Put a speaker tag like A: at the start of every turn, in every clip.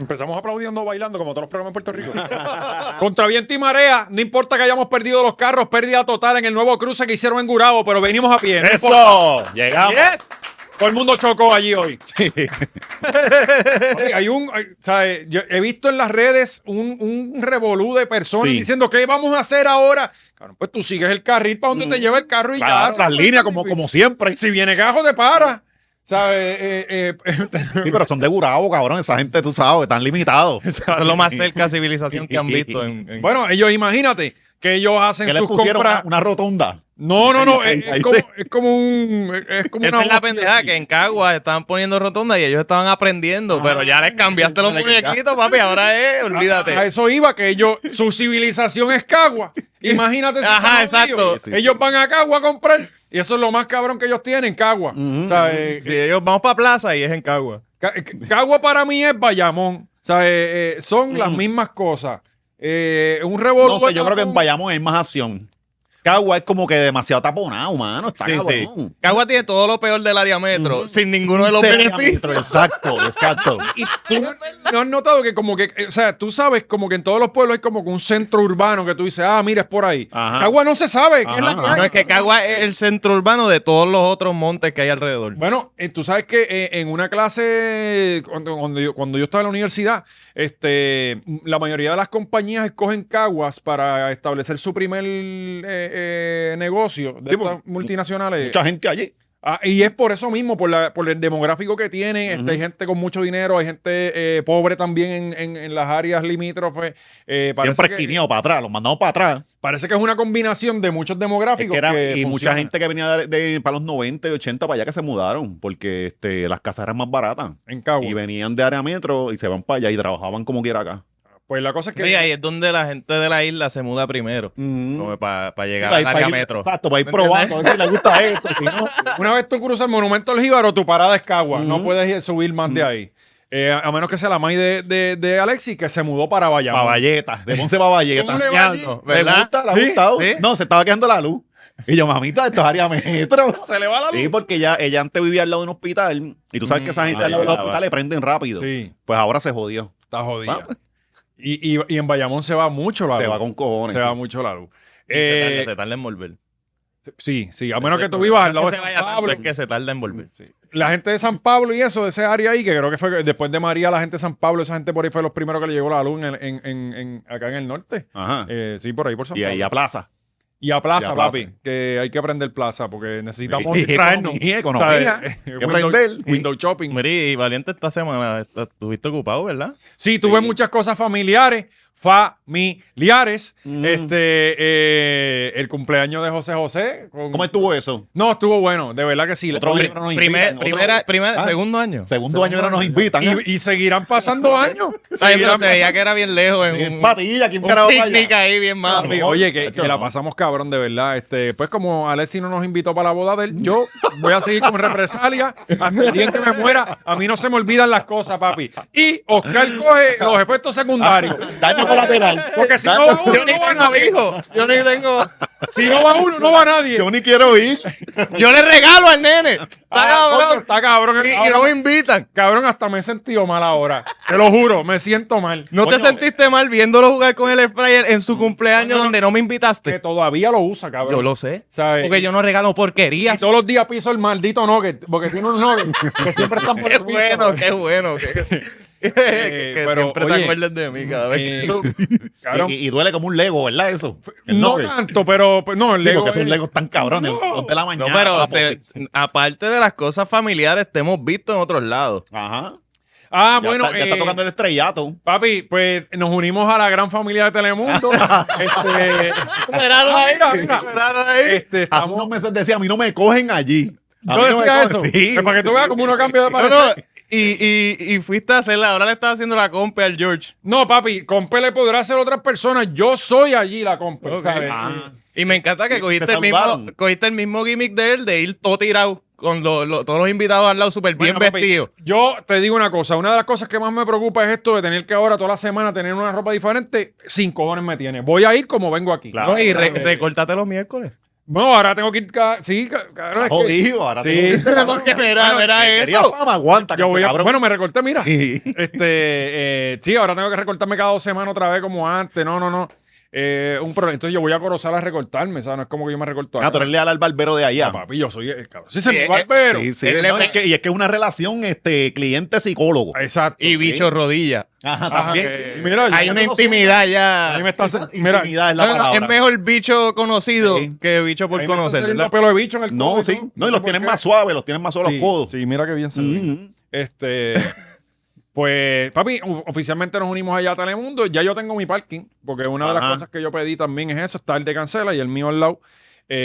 A: Empezamos aplaudiendo, bailando, como todos los programas en Puerto Rico.
B: Contra viento y marea, no importa que hayamos perdido los carros, pérdida total en el nuevo cruce que hicieron en Gurabo, pero venimos a pie. no importa.
C: ¡Eso! Llegamos.
B: Yes. Todo el mundo chocó allí hoy. Papi, hay un, hay- ¿sabes? Yo he visto en las redes un, un revolú de personas
C: Sí.
B: diciendo, ¿qué vamos a hacer ahora? Cabrón, pues tú sigues el carril para donde te lleva el carro y
C: Claro,
B: ya.
C: las líneas, como, como siempre. Sí,
B: Si viene gajo, te para. ¿Sabes? Eh, eh,
C: pero son de Gurabo, cabrón. Esa gente, tú sabes, están limitados.
D: Eso es lo más cerca a civilización que han visto. En, en-
B: bueno, ellos imagínate que ellos hacen
C: Que les
B: sus
C: pusieron
B: compras.
C: una, una rotonda.
B: No, no, no.
C: Ahí,
B: es,
C: ahí,
B: es como,
C: sí.
B: es como un. eh, Es como
D: Esa
B: una
D: es la
B: hostia
D: pendeja
B: así.
D: que en Cagua estaban poniendo rotonda y ellos estaban aprendiendo, pero ya les cambiaste los muñequitos, papi. Ahora es,
B: A, a
D: olvídate.
B: eso iba, que ellos. Su civilización es Cagua. Imagínate si
D: Ajá,
B: están jodidos.
D: exacto.
C: Sí, sí,
B: Ellos
C: sí.
B: van a Cagua a comprar. Y eso es lo más cabrón que ellos tienen, Cagua. O sea, eh,
D: Si ellos vamos para plaza y es en Cagua.
B: Ca- ca- Cagua para mí es Bayamón. O sea, eh, eh, son las mismas cosas. Eh, un revolver.
C: No sé, yo creo que en Bayamón hay más acción. Cagua es como que demasiado taponado, mano. Está
D: Sí, sí.
C: cabrón.
D: Cagua tiene todo lo peor del área metro, sin ninguno de los beneficios.
C: Exacto, exacto.
B: Y tú no has notado que como que, eh, o sea, tú sabes como que en todos los pueblos hay como que un centro urbano que tú dices, ah, mira, es por ahí.
C: Ajá.
B: Cagua no se sabe. ¿qué es la
C: Ajá,
B: que
C: ajá.
B: hay?
D: No, es que Cagua es el centro urbano de todos los otros montes que hay alrededor.
B: Bueno, eh, tú sabes que eh, en una clase, cuando, cuando yo, cuando yo estaba en la universidad, este, la mayoría de las compañías escogen caguas para establecer su primer eh, eh, negocio de
C: Sí,
B: estas
C: porque
B: multinacionales.
C: Mucha gente allí.
B: Ah, y es por eso mismo, por, la, por el demográfico que tiene. este, hay gente con mucho dinero, hay gente eh, pobre también en, en- en las áreas limítrofes. Eh, parece,
C: Siempre
B: que,
C: esquineado para atrás, los mandamos para atrás.
B: parece que es una combinación de muchos
C: Es
B: demográficos.
C: que era-
B: que
C: y mucha
B: funciona.
C: gente que venía de, de- para los 90 y 80 para allá que se mudaron porque este, las casas eran más baratas.
B: En Cagua.
C: Y venían de área metro y se van para allá y trabajaban como quiera acá.
B: Pues la cosa es que.
D: Oye, ahí es donde la gente de la isla se muda primero.
C: Mm.
D: Para llegar
C: Para
D: al
C: ir-
D: área
C: para ir-
D: metro.
C: Exacto, para ir
D: ¿Me
C: probando, a ver si le gusta esto. si no.
B: Una vez tú cruzas el monumento al Jíbaro, tu parada es Cagua. No
C: Ujú.
B: puedes ir- subir más de ahí. Eh, a a menos que sea la maíz de, de, de Alexis, que se mudó para Bayamón.
C: Babayeta, de Ponce Babayeta.
B: ¿Cómo le va allí?
D: Diablo,
C: ¿Le
D: ¿Verdad?
C: gusta? ¿Le ha
B: Sí,
C: gustado?
D: sí.
C: No, se estaba quedando la luz. Y yo, mamita, esto es área metro.
B: Se le va la
C: Sí,
B: luz.
C: porque ella, ella antes vivía al lado de un hospital. Y tú sabes que esa gente al lado de los
D: ah,
C: hospitales prenden rápido.
B: Sí,
C: Pues ahora se jodió.
B: está jodida.
C: Va.
B: Y, y, y en Bayamón se va mucho la
C: Se
B: luz.
C: va con cojones.
B: Se va mucho la luz.
D: se
B: Eh,
D: tarda- se tarda en volver.
B: sí, sí, a menos
D: Ese
B: que tú
D: problema.
B: vivas
D: No
B: al lado de
D: que se
B: San
D: vaya tanto,
B: Pablo.
D: es que se tarda en volver.
B: La gente de San Pablo y eso, de ese área ahí, que creo que fue que después de María, la gente de San Pablo, esa gente por ahí fue los primeros que le llegó la luz en, el- en- en- en- acá en el norte.
D: Ah.
C: Ajá.
B: Eh, sí, por ahí, por San
C: y
B: Pablo.
C: ahí a plaza.
B: Y a plaza,
C: Y a plaza.
B: papi, que hay que aprender plaza porque necesitamos
C: Y
B: distraernos.
C: economía, economía.
B: ¿sabes?
C: Hay que
B: Window-
C: aprender.
B: Window shopping.
D: Miri, y Valiente esta semana la- estuviste ocupado, ¿verdad?
B: Sí, tuve muchas cosas familiares, familiares.
C: Mm.
B: Este, eh, el cumpleaños de José José. con-
C: ¿Cómo estuvo eso?
B: No, estuvo bueno, de verdad que sí.
C: Otro
B: Oye,
C: año no nos
D: Primer-
C: invitan, otro-
D: primera, primera-
C: Ah,
D: segundo año.
C: Segundo año no nos invitan. ¿eh?
B: y, y seguirán pasando años.
D: Ay,
B: seguirán
D: pero se veía que era bien lejos en
C: Sí,
D: un,
C: patilla, ¿quién
D: un
C: carajo va
D: picnic
C: allá?
D: ahí bien malo.
B: pasando.
C: no,
B: Oye, que,
C: hecho,
B: que la
C: no.
B: pasamos cabrón, de verdad. Este, pues como Alexi no nos invitó para la boda de él, yo voy a seguir con represalia hasta el día en que me muera. A mí no se me olvidan las cosas, papi. Y Oscar coge los efectos secundarios.
C: Daño colateral.
B: Porque si no
C: Daño-
B: va uno,
D: Yo ni
B: no va
D: tengo
B: nadie.
D: hijo. Yo ni tengo.
B: Si no va uno, no va nadie.
C: Yo ni quiero ir.
D: Yo le regalo al nene. Está
B: Ah, coño,
D: cabrón.
B: Está cabrón.
D: Y, y
B: Ahora-
D: no me invitan.
B: Cabrón, hasta me he sentido mal ahora. Te lo juro, me siento mal.
D: ¿No
C: Coño.
D: te sentiste mal viéndolo jugar con el sprayer en su cumpleaños donde no me
B: Que
D: invitaste?
B: todavía lo usa, cabrón.
D: Yo lo sé.
B: ¿Sabes?
D: Porque yo no regalo
B: Y
D: porquerías.
B: todos los días piso el maldito nugget, porque tiene un nugget que siempre están por
D: Qué
B: el piso.
D: bueno, qué bueno. Que, que- que
B: pero,
D: siempre
B: oye,
D: te acuerdes de mí cada vez.
B: eh,
D: que tú-
B: Cabrón,
C: Y, y duele como un Lego, ¿verdad? Eso. El
B: no
C: Nobel.
B: tanto, pero pues, no, el
C: Sí,
B: Lego
C: porque esos
B: es-
C: Legos tan cabrones. Dos de la
D: No,
C: mañana.
D: pero
C: la
D: te-
C: posi-
D: aparte de las cosas familiares, te hemos visto en otros lados.
C: Ajá.
B: Ah,
C: ya
B: bueno,
C: está, ya está
B: eh,
C: tocando el estrellato.
B: papi, pues nos unimos a la gran familia de Telemundo. este,
D: Verano
B: ahí, este,
C: Hace unos
B: estamos,
C: meses decía, a mí no me cogen allí. A
B: yo
C: mí no me
B: decía eso,
C: cogen. Sí,
B: que para que tú veas
C: sí.
B: como uno cambia de
D: No,
B: parecer.
D: no, y, y, y fuiste a hacerla, ahora le estás haciendo la compra al George.
B: No, papi, Compe le podrá hacer otras personas. Yo soy allí la Compe,
D: Ok.
B: ¿sabes?
C: Ah.
D: Y me encanta que
C: Se
D: cogiste el mismo,
C: saludaron.
D: cogiste el mismo gimmick de él, de ir todo tirado, con lo- lo- todos los invitados al lado súper bien
B: Bueno, papi,
D: vestidos.
B: Yo te digo una cosa, una de las cosas que más me preocupa es esto de tener que ahora toda la semana tener una ropa diferente. Sin cojones me tiene. Voy a ir como vengo aquí.
C: Claro.
D: No, y re-
B: Ah, claro.
D: recortate los miércoles.
B: Bueno, ahora tengo que ir. ca- Sí, ca- cabrón. es que-
C: Jodido, ahora
B: Sí.
C: tengo que-
D: Porque mira,
B: Bueno,
D: mira
C: que quería
D: eso.
C: fama, aguanta,
B: yo voy a-
C: cabrón.
B: Bueno, me recorté, mira.
C: Sí.
B: Este, eh, sí, ahora tengo que recortarme cada dos semanas otra vez como antes. No, no, no. Eh, un problema. Entonces yo voy a Corozal a recortarme, ¿sabes? No es como que yo me recorto
C: Ah, tú eres leal al barbero de allá.
B: No, papi, yo soy el cabrón. Sí, se
D: Sí,
B: me
D: eh,
B: va el pelo.
C: Sí, sí,
D: Él le-
C: no, es que- y es que es una relación este, cliente-psicólogo.
B: Exacto.
D: Y bicho rodilla.
C: Ajá,
B: Ajá,
C: también.
B: que-
C: Sí.
B: mira, yo-
D: Hay
C: yo
D: una
C: no soy-
D: intimidad
B: a
D: ya.
B: mí me está. Mira,
C: Intimidad es la
D: No, no, no,
C: palabra.
D: es mejor bicho conocido
C: Sí.
D: que bicho por
B: ahí me
D: conocer,
B: están saliendo
D: ¿verdad?
B: pelo de bicho en el codo
C: No,
B: y
C: sí.
B: todo.
C: No, y
B: sé
C: los
B: por
C: tienen
B: qué.
C: más suaves, los tienen más suaves
B: sí,
C: los codos.
B: Sí, mira que bien se ven.
C: Mm.
B: Este. Pues, papi, u- oficialmente nos unimos allá a Telemundo. Ya yo tengo mi parking, porque una de las
C: Ajá.
B: cosas que yo pedí también es eso: estar de cancela y el mío al lado.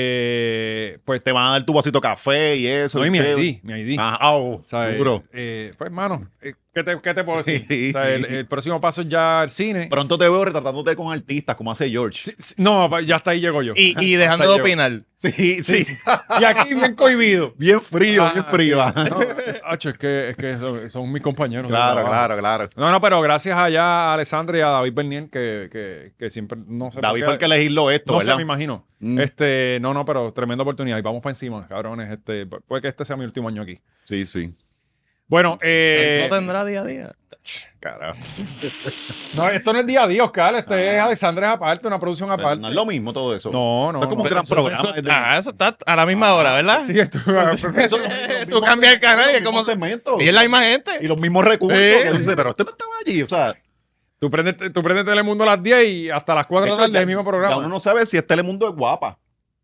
B: Eh, pues,
C: Te van a dar tu vasito de café y eso.
B: no, y
C: y
B: mi
C: chévere.
B: ID, mi ID.
C: Ajá, au,
B: ¿sabes?
C: duro.
B: Eh, pues, hermano, eh, ¿qué te, qué te puedo decir? O sea, el, el próximo paso es ya el cine.
C: Pronto te veo retratándote con artistas, como hace George.
B: Sí, sí, no, pa- ya hasta ahí llego yo. Y,
D: Y, y dejando de
B: Hasta yo.
D: opinar.
C: Sí, sí.
B: aquí bien cohibido.
C: Bien frío,
B: Ah,
C: bien frío. ajá.
B: No, acho, es que, es que son, son mis compañeros. de
C: Claro,
B: trabajo.
C: claro, claro.
B: No, no, pero gracias allá a Alessandra y a David Bernier, que, que, que siempre, no sé.
C: David
B: por
C: fue el
B: qué-
C: que legisló esto,
B: No sé,
C: ¿verdad?
B: me imagino.
C: Mm.
B: Este, no, no, pero tremenda oportunidad. Y vamos para encima, cabrones. Este, puede que este sea mi último año aquí.
C: Sí, sí.
B: Bueno, eh,
D: No tendrá día a día.
C: Carajo.
B: no, esto no es día a día, Oscar. Este es Alessandra es aparte, una producción aparte.
C: Ah. No es lo mismo todo eso.
B: No,
C: Eso
B: no.
C: es como
B: no.
C: un gran
B: Eso-
C: programa.
B: eso-
C: es de-
D: Ah, eso está a la misma hora, ¿verdad?
B: Sí, esto-
C: Eso es lo mismo, los mismos
D: cambias el canal y
C: los
D: es como-
C: mismos segmentos.
D: Y es la misma gente.
C: y los mismos recursos.
D: Sí.
C: que dice, pero usted no estaba allí. O sea,
B: tú, prendes, tú prendes Telemundo a las 10 y hasta las 4 de la
C: de hecho,
B: tarde es
C: ya-
B: el mismo
C: ya
B: programa.
C: uno no sabe si es Telemundo es guapa.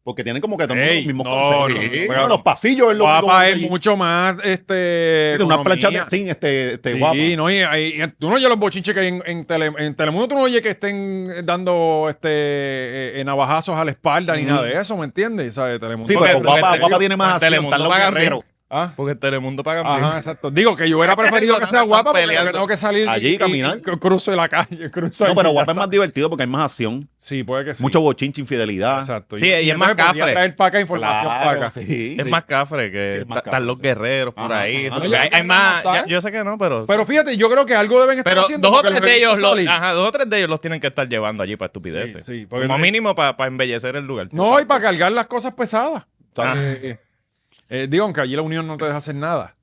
C: Porque tienen como que todos
B: Ey,
C: los mismos
B: no,
C: conceptos.
B: no,
C: Bueno,
B: no.
C: los pasillos es lo único
B: Guapa
C: que
B: es
C: hay.
B: mucho más este.
C: Tiene Una plancha de
B: economía.
C: zinc, este, este
B: Sí,
C: guapa.
B: no, y, ahí- y tú no oyes los bochinches que hay en, en Tele- en Telemundo, tú no oyes que estén dando este eh, eh, navajazos a la espalda ni
C: Mm.
B: nada de eso, ¿me entiendes? ¿Sabes? Telemundo.
C: Sí,
D: Porque-
C: pero guapa,
D: porque-
C: guapa tiene más
D: porque
C: acción.
D: Telemundo
C: Están los
D: paga
C: guerreros.
B: Ah,
D: Porque Telemundo paga
B: ajá,
D: bien.
B: exacto. Digo que yo hubiera preferido que sea
D: Están
B: guapa porque
D: peleando.
B: yo tengo que salir
C: Allí,
B: y- y-
C: caminar.
B: y cruzo de la calle, cruzo
C: No,
B: allí.
C: pero guapa es más divertido porque hay más acción.
B: Sí, puede que sí.
C: Mucho bochinche, infidelidad.
B: Exacto.
D: Sí, y es más
B: entonces podría
D: cafre.
B: traer para acá información para
C: Claro,
B: acá.
C: sí.
D: Es más cafre que
C: Sí, es más
D: ta- están
C: cafre,
D: los
C: sí.
D: guerreros por
C: Ajá,
D: ahí.
C: ajá.
D: Hay-
B: Ya,
D: hay
B: ya no
D: más.
B: está,
D: ya-
B: ¿eh?
D: yo sé que no, pero. Pero,
B: Pero fíjate, yo creo que algo deben estar haciendo.
D: dos o
B: porque
D: tres
B: los
D: de ellos,
B: eventos
D: lo- ah,
B: salen.
D: ajá, dos o tres de ellos los tienen que estar llevando allí para estupideces.
B: Sí, sí, porque-
D: Como mínimo para embellecer el lugar.
B: No, y para cargar las cosas pesadas.
C: ¿Sabes?
B: Eh, eh, eh, digo, aunque allí la unión no te deja hacer nada.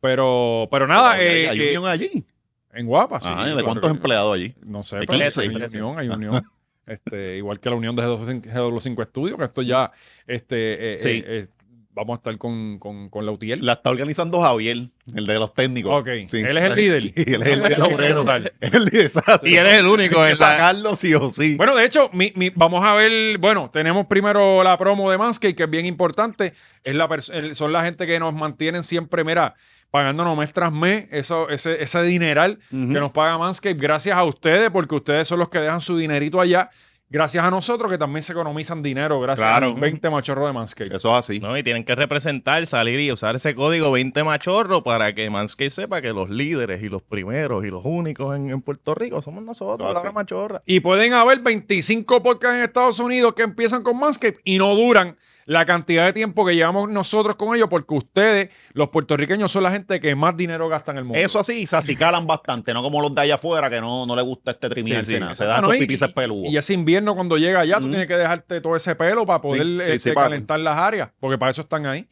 B: Pero, pero nada,
C: Hay-
B: eh,
C: hay
B: eh,
C: unión allí.
B: en Guapa. sí,
C: Ajá,
B: claro
C: ¿De cuántos
B: que-
C: empleados allí?
B: No sé,
C: Hay
B: pero
D: 13,
B: hay,
D: hay 13.
B: unión, hay unión. Este, igual que la unión de los 5 Estudios, que esto ya este, eh,
C: Sí.
B: eh, eh, vamos a estar con, con, con Lautiel.
C: La está organizando Javier, el de los técnicos.
B: Ok,
C: Sí.
B: él es el líder.
C: Sí, él es el líder obrero.
B: Total.
C: El líder, exacto.
D: Y él es el único.
C: Hay
D: en
C: que
D: la-
C: sacarlo sí o sí.
B: Bueno, de hecho, mi- mi- vamos a ver, bueno, tenemos primero la promo de Manscaped, que es bien importante. Es la pers- el- son la gente que nos mantienen siempre, mira, pagándonos mes tras mes, eso, ese, ese dineral
C: Ujú.
B: que nos paga Manscaped, gracias a ustedes, porque ustedes son los que dejan su dinerito allá. Gracias a nosotros, que también se economizan dinero, gracias a
C: Claro.
B: los 20 machorros de Manscaped.
C: Eso es así.
D: No, y tienen que representar, salir y usar ese código 20 machorro para que Manscaped sepa que los líderes y los primeros y los únicos en, en Puerto Rico somos nosotros,
C: Ah,
D: la
C: sí.
D: hora machorra.
B: Y pueden haber 25 podcasts en Estados Unidos que empiezan con Manscaped y no duran la cantidad de tiempo que llevamos nosotros con ellos, porque ustedes, los puertorriqueños, son la gente que más dinero gasta en el mundo.
C: Eso así, se acicalan bastante, no como los de allá afuera que no, no les gusta este trimearse
D: Sí, sí.
C: nada. Se
B: Ah,
C: dan
B: no,
C: esos
B: y-
C: pipices peludos.
B: Y ese invierno cuando llega allá, tú
C: Mm.
B: tienes que dejarte todo ese pelo para poder
C: sí,
B: este,
C: sí, para-
B: calentar las áreas, porque para eso están ahí.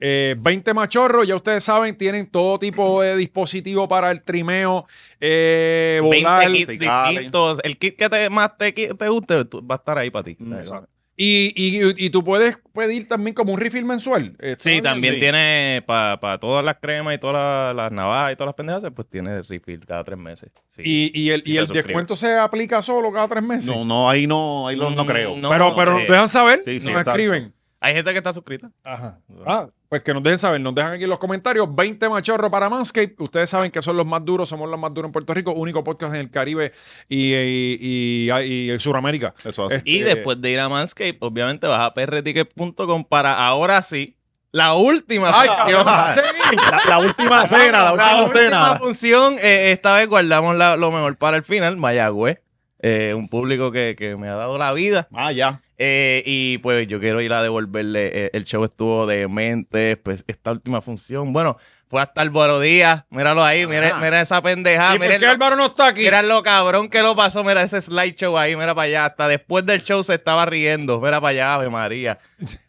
B: Eh, 20 machorros, ya ustedes saben, tienen todo tipo de dispositivo para el trimeo, eh,
D: 20
B: volar,
D: kits
C: se calen.
D: distintos. El kit que te, más te, qui- te guste tú- va a estar ahí para ti.
C: Mm,
B: exacto. Y, y- y tú puedes pedir también como un refill mensual. eh,
D: Sí, también
C: Sí.
D: tiene para todas las cremas y todas las, las navajas y todas las pendejas, pues tiene refill cada tres meses. Sí.
B: Y, y el,
D: Sí,
B: y
D: te
B: el
D: suscribes.
B: descuento se aplica solo cada tres meses.
C: No, no, ahí no, ahí lo- no
D: Mm,
C: creo.
D: no.
B: pero pero
D: sí.
B: nos dejan saber,
C: Sí, sí,
B: nos
C: exacto.
B: escriben.
D: Hay gente que está suscrita.
B: Ajá. Ah, pues que nos dejen saber, nos dejan aquí en los comentarios. 20 machorros para Manscape. Ustedes saben que son los más duros, somos los más duros en Puerto Rico, único podcast en el Caribe y, y, y- y Sudamérica.
C: Eso es así.
D: Y
B: Este-
D: después de ir a Manscaped, obviamente vas a prticket.com para ahora sí, la última
B: Ah,
D: función.
C: La, la última cena, la última
D: última
C: cena.
D: función, eh, esta vez guardamos la- lo mejor para el final, Mayagüez. eh, un público que, que me ha dado la vida.
C: Ah, ya.
D: Eh, y pues yo quiero ir a devolverle. eh, el show estuvo demente. Pues esta última función. Bueno, fue hasta el Boro Díaz. Míralo ahí. Mira, mira esa pendejada.
B: ¿Y
D: Mira
B: Ah. por
D: el,
B: qué Álvaro no está aquí?
D: Ah, mira lo cabrón que lo pasó. Mira ese slideshow ahí. Mira para allá. Hasta después del show se estaba riendo. Mira para allá, Ave María.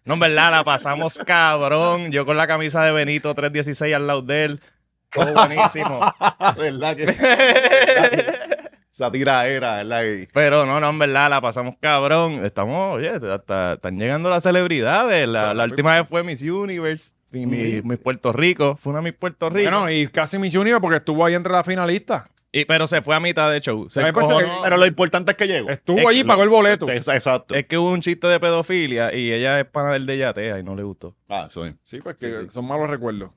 D: No, en verdad, la pasamos cabrón. Yo con la camisa de Benito 316 al lado de él. Todo buenísimo.
C: ¿Verdad que? verdad que- Esa tira era, ¿verdad? que-
D: Pero no, no, en verdad, la pasamos cabrón. Estamos, oye, hasta- están llegando las celebridades. La, la última vez fue Miss Universe, mi, mi- mi Puerto Rico. Fue una Miss Puerto Rico.
B: Bueno, y casi Miss Junior porque estuvo ahí entre las finalistas.
D: Y- pero se fue a mitad de show. Se
B: Ay, pues,
D: encojonó.
C: Pero lo importante es que llegó.
B: Estuvo
D: Es
B: allí y
D: que
B: pagó el boleto.
C: Esa- Exacto.
D: Es que hubo un chiste de pedofilia y ella es pana del de Yatea y no le gustó.
C: Ah, soy.
B: Sí, pues que son malos recuerdos.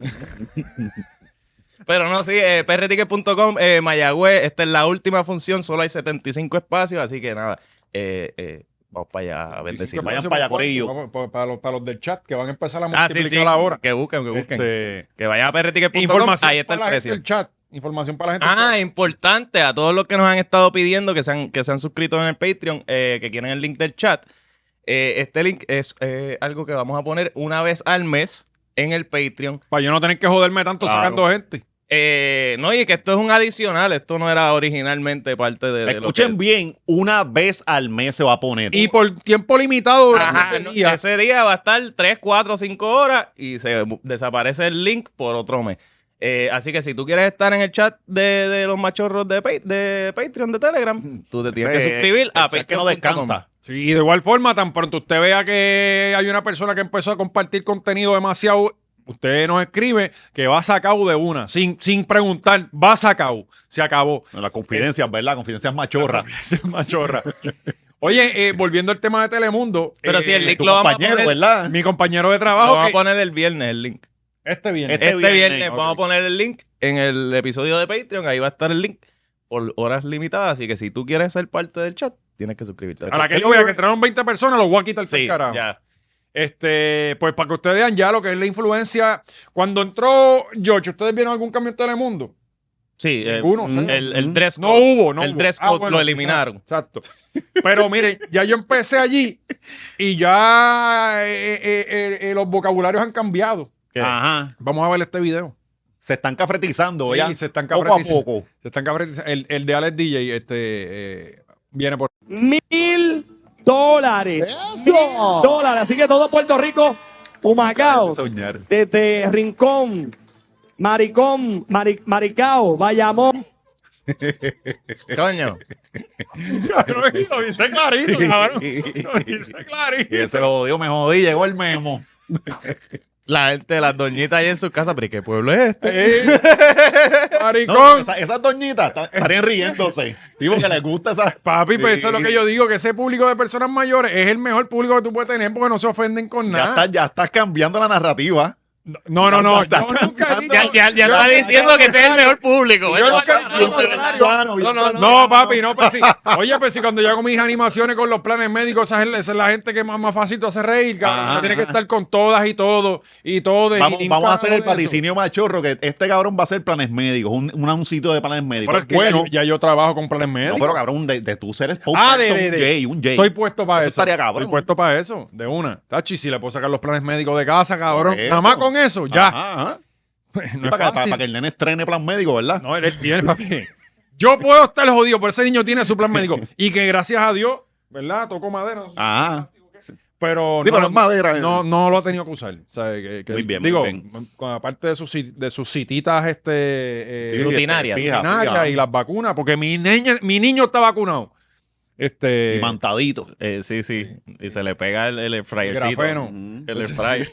D: Pero no, sí, eh, prticket.com, eh, Mayagüez, esta es la última función, solo hay 75 espacios, así que nada, eh, eh, vamos para allá a bendecirlo.
C: Vayan para allá, corillo.
B: Vamos, pa- Para los, para los del chat que van a empezar a
D: Ah, sí,
B: multiplicar
D: sí,
B: la hora.
D: que busquen, que busquen.
B: Este,
D: Que vayan a prticket.com,
B: información
D: ahí está el
B: para la gente
D: precio.
B: del chat. Información para la gente. del
D: Ah,
B: chat.
D: importante a todos los que nos han estado pidiendo que se han, que se han suscrito en el Patreon, eh, que quieren el link del chat. eh, este link es eh, algo que vamos a poner una vez al mes en el Patreon.
B: Para yo no tener que joderme tanto
D: Claro.
B: sacando gente.
D: Eh, no, y que esto es un adicional, esto no era originalmente parte de, de lo
C: Escuchen
D: que-
C: bien, una vez al mes se va a poner.
B: Y por tiempo limitado durante
D: Ajá,
B: ese
D: no,
B: día,
D: ese día va a estar 3, 4, 5 horas y se bu- desaparece el link por otro mes. Eh, así que si tú quieres estar en el chat de, de los machorros de, Pa- de Patreon, de Telegram, tú te tienes que
C: Eh,
D: suscribir a
C: o sea, es que no
D: patreon.com.
C: descansa.
B: Sí, y de igual forma, tan pronto usted vea que hay una persona que empezó a compartir contenido demasiado, usted nos escribe que va sacado de una, sin, sin preguntar, va sacado, se acabó.
C: Las confidencias, ¿verdad? Confidencias machorras.
B: Esa es machorra. Oye, eh, volviendo al tema de Telemundo.
D: Pero
B: eh,
D: si el link
C: Tu
D: lo vamos a
C: compañero,
D: poner-
C: ¿verdad?
B: Mi compañero de
D: Lo
B: trabajo,
D: Vamos a
B: que
D: poner el viernes el link.
B: este viene.
C: Este
D: Este,
C: viernes,
D: viernes,
C: ok.
D: vamos a poner el link en el episodio de Patreon. Ahí va a estar el link por horas limitadas. Así que si tú quieres ser parte del chat, tienes que suscribirte.
B: a la que yo vea que entraron 20 personas, los voy a quitar por
D: Sí,
B: carajo.
D: ya.
B: Este, pues para que ustedes vean ya lo que es la influencia. Cuando entró George, ¿ustedes vieron algún cambio en Telemundo?
D: Sí, eh,
B: Ninguno,
C: mm,
B: ¿sabes?
D: el, el dress
B: No
D: code.
B: hubo, no
D: El
B: hubo.
D: dress
B: Ah,
D: code
B: bueno,
D: lo eliminaron.
B: Exacto. exacto. Pero miren, ya yo empecé allí y ya eh, eh, eh, eh, los vocabularios han cambiado.
D: ¿Qué?
C: Ajá.
B: Vamos a ver este video.
C: Se están cafretizando,
B: Sí,
C: ya.
B: se están
C: Poco a
B: cabretizando.
C: poco.
B: Se están cabretiz- El, el de Alex DJ este, eh, viene por.
E: mil dólares. Mil dólares. Así que todo Puerto Rico, Humacao,
C: Soñar.
E: desde Rincón, Maricón, Mari- Maricao, Bayamón.
D: Coño.
B: lo dice clarito,
C: cabrón.
B: Lo dice clarito.
C: Y ese odio me jodí, llegó el memo.
D: La gente, las doñitas ahí en sus casas, pero ¿y ¿qué pueblo es este?
C: No,
B: maricón.
C: esa- esas doñitas ta- estarían riéndose. Digo que les gusta esa.
B: Papi, pues eso es lo
C: Sí.
B: que yo digo, que ese público de personas mayores es el mejor público que tú puedes tener porque no se ofenden con
C: Ya
B: nada.
C: estás ya estás cambiando la narrativa.
B: No, no, no.
C: Ya
B: yo
C: está-
B: nunca he dicho-
D: Ya, ya, ya está diciendo que ese es el mejor público.
B: Yo
D: Eso-
B: no creo que lo contrario.
C: Claro,
D: No, no,
B: No, papi, no, pues sí. Oye, pues sí, cuando yo hago mis animaciones con los planes médicos, esa es la, esa es la gente que más, más fácil te hace reír, cabrón.
C: Ajá,
B: Tú tienes que
C: ajá.
B: estar con todas y todo, y todo.
C: Vamos, vamos a hacer el vaticinio machorro que este cabrón va a ser planes médicos, un, un, un sitio de planes médicos.
B: Pero es que
C: bueno,
B: ya, yo- ya yo trabajo con planes
C: no,
B: médicos.
C: pero cabrón, de, de tú ser el
B: Ah,
C: podcast,
B: de, de-
C: un
B: de-
C: Jay, un Jay.
B: Estoy puesto para
C: Eso
B: eso.
C: estaría cabrón.
B: Estoy puesto para eso, de una. Tachi, si le puedo sacar los planes médicos de casa, cabrón.
C: Por
B: Nada más
C: eso.
B: con eso, ya.
C: Ajá, ajá.
B: No
C: Y
B: es
C: para, que-
B: fácil.
C: para que el nene estrene plan médico, ¿verdad?
B: No, él es bien, papi. Yo puedo estar jodido, pero ese niño tiene su plan médico. Y que gracias a Dios, ¿verdad? Tocó madera. no sé.
C: Ajá.
B: Pero,
C: Ah. Sí,
B: no,
C: pero es madera, eh.
B: No, no lo ha tenido que usar. O sea, que- que-
C: Muy bien, muy
B: digo,
C: bien.
B: con- aparte de sus, ci- de sus cititas este, eh,
C: Sí,
D: rutinaria,
C: fija, fija.
B: rutinarias y las vacunas, porque mi, niña, mi niño está vacunado. Este,
C: Y mantadito.
D: Eh, sí, sí. Y se le pega el, el airfryercito.
B: Grafeno.
C: Mm.
D: El airfryer.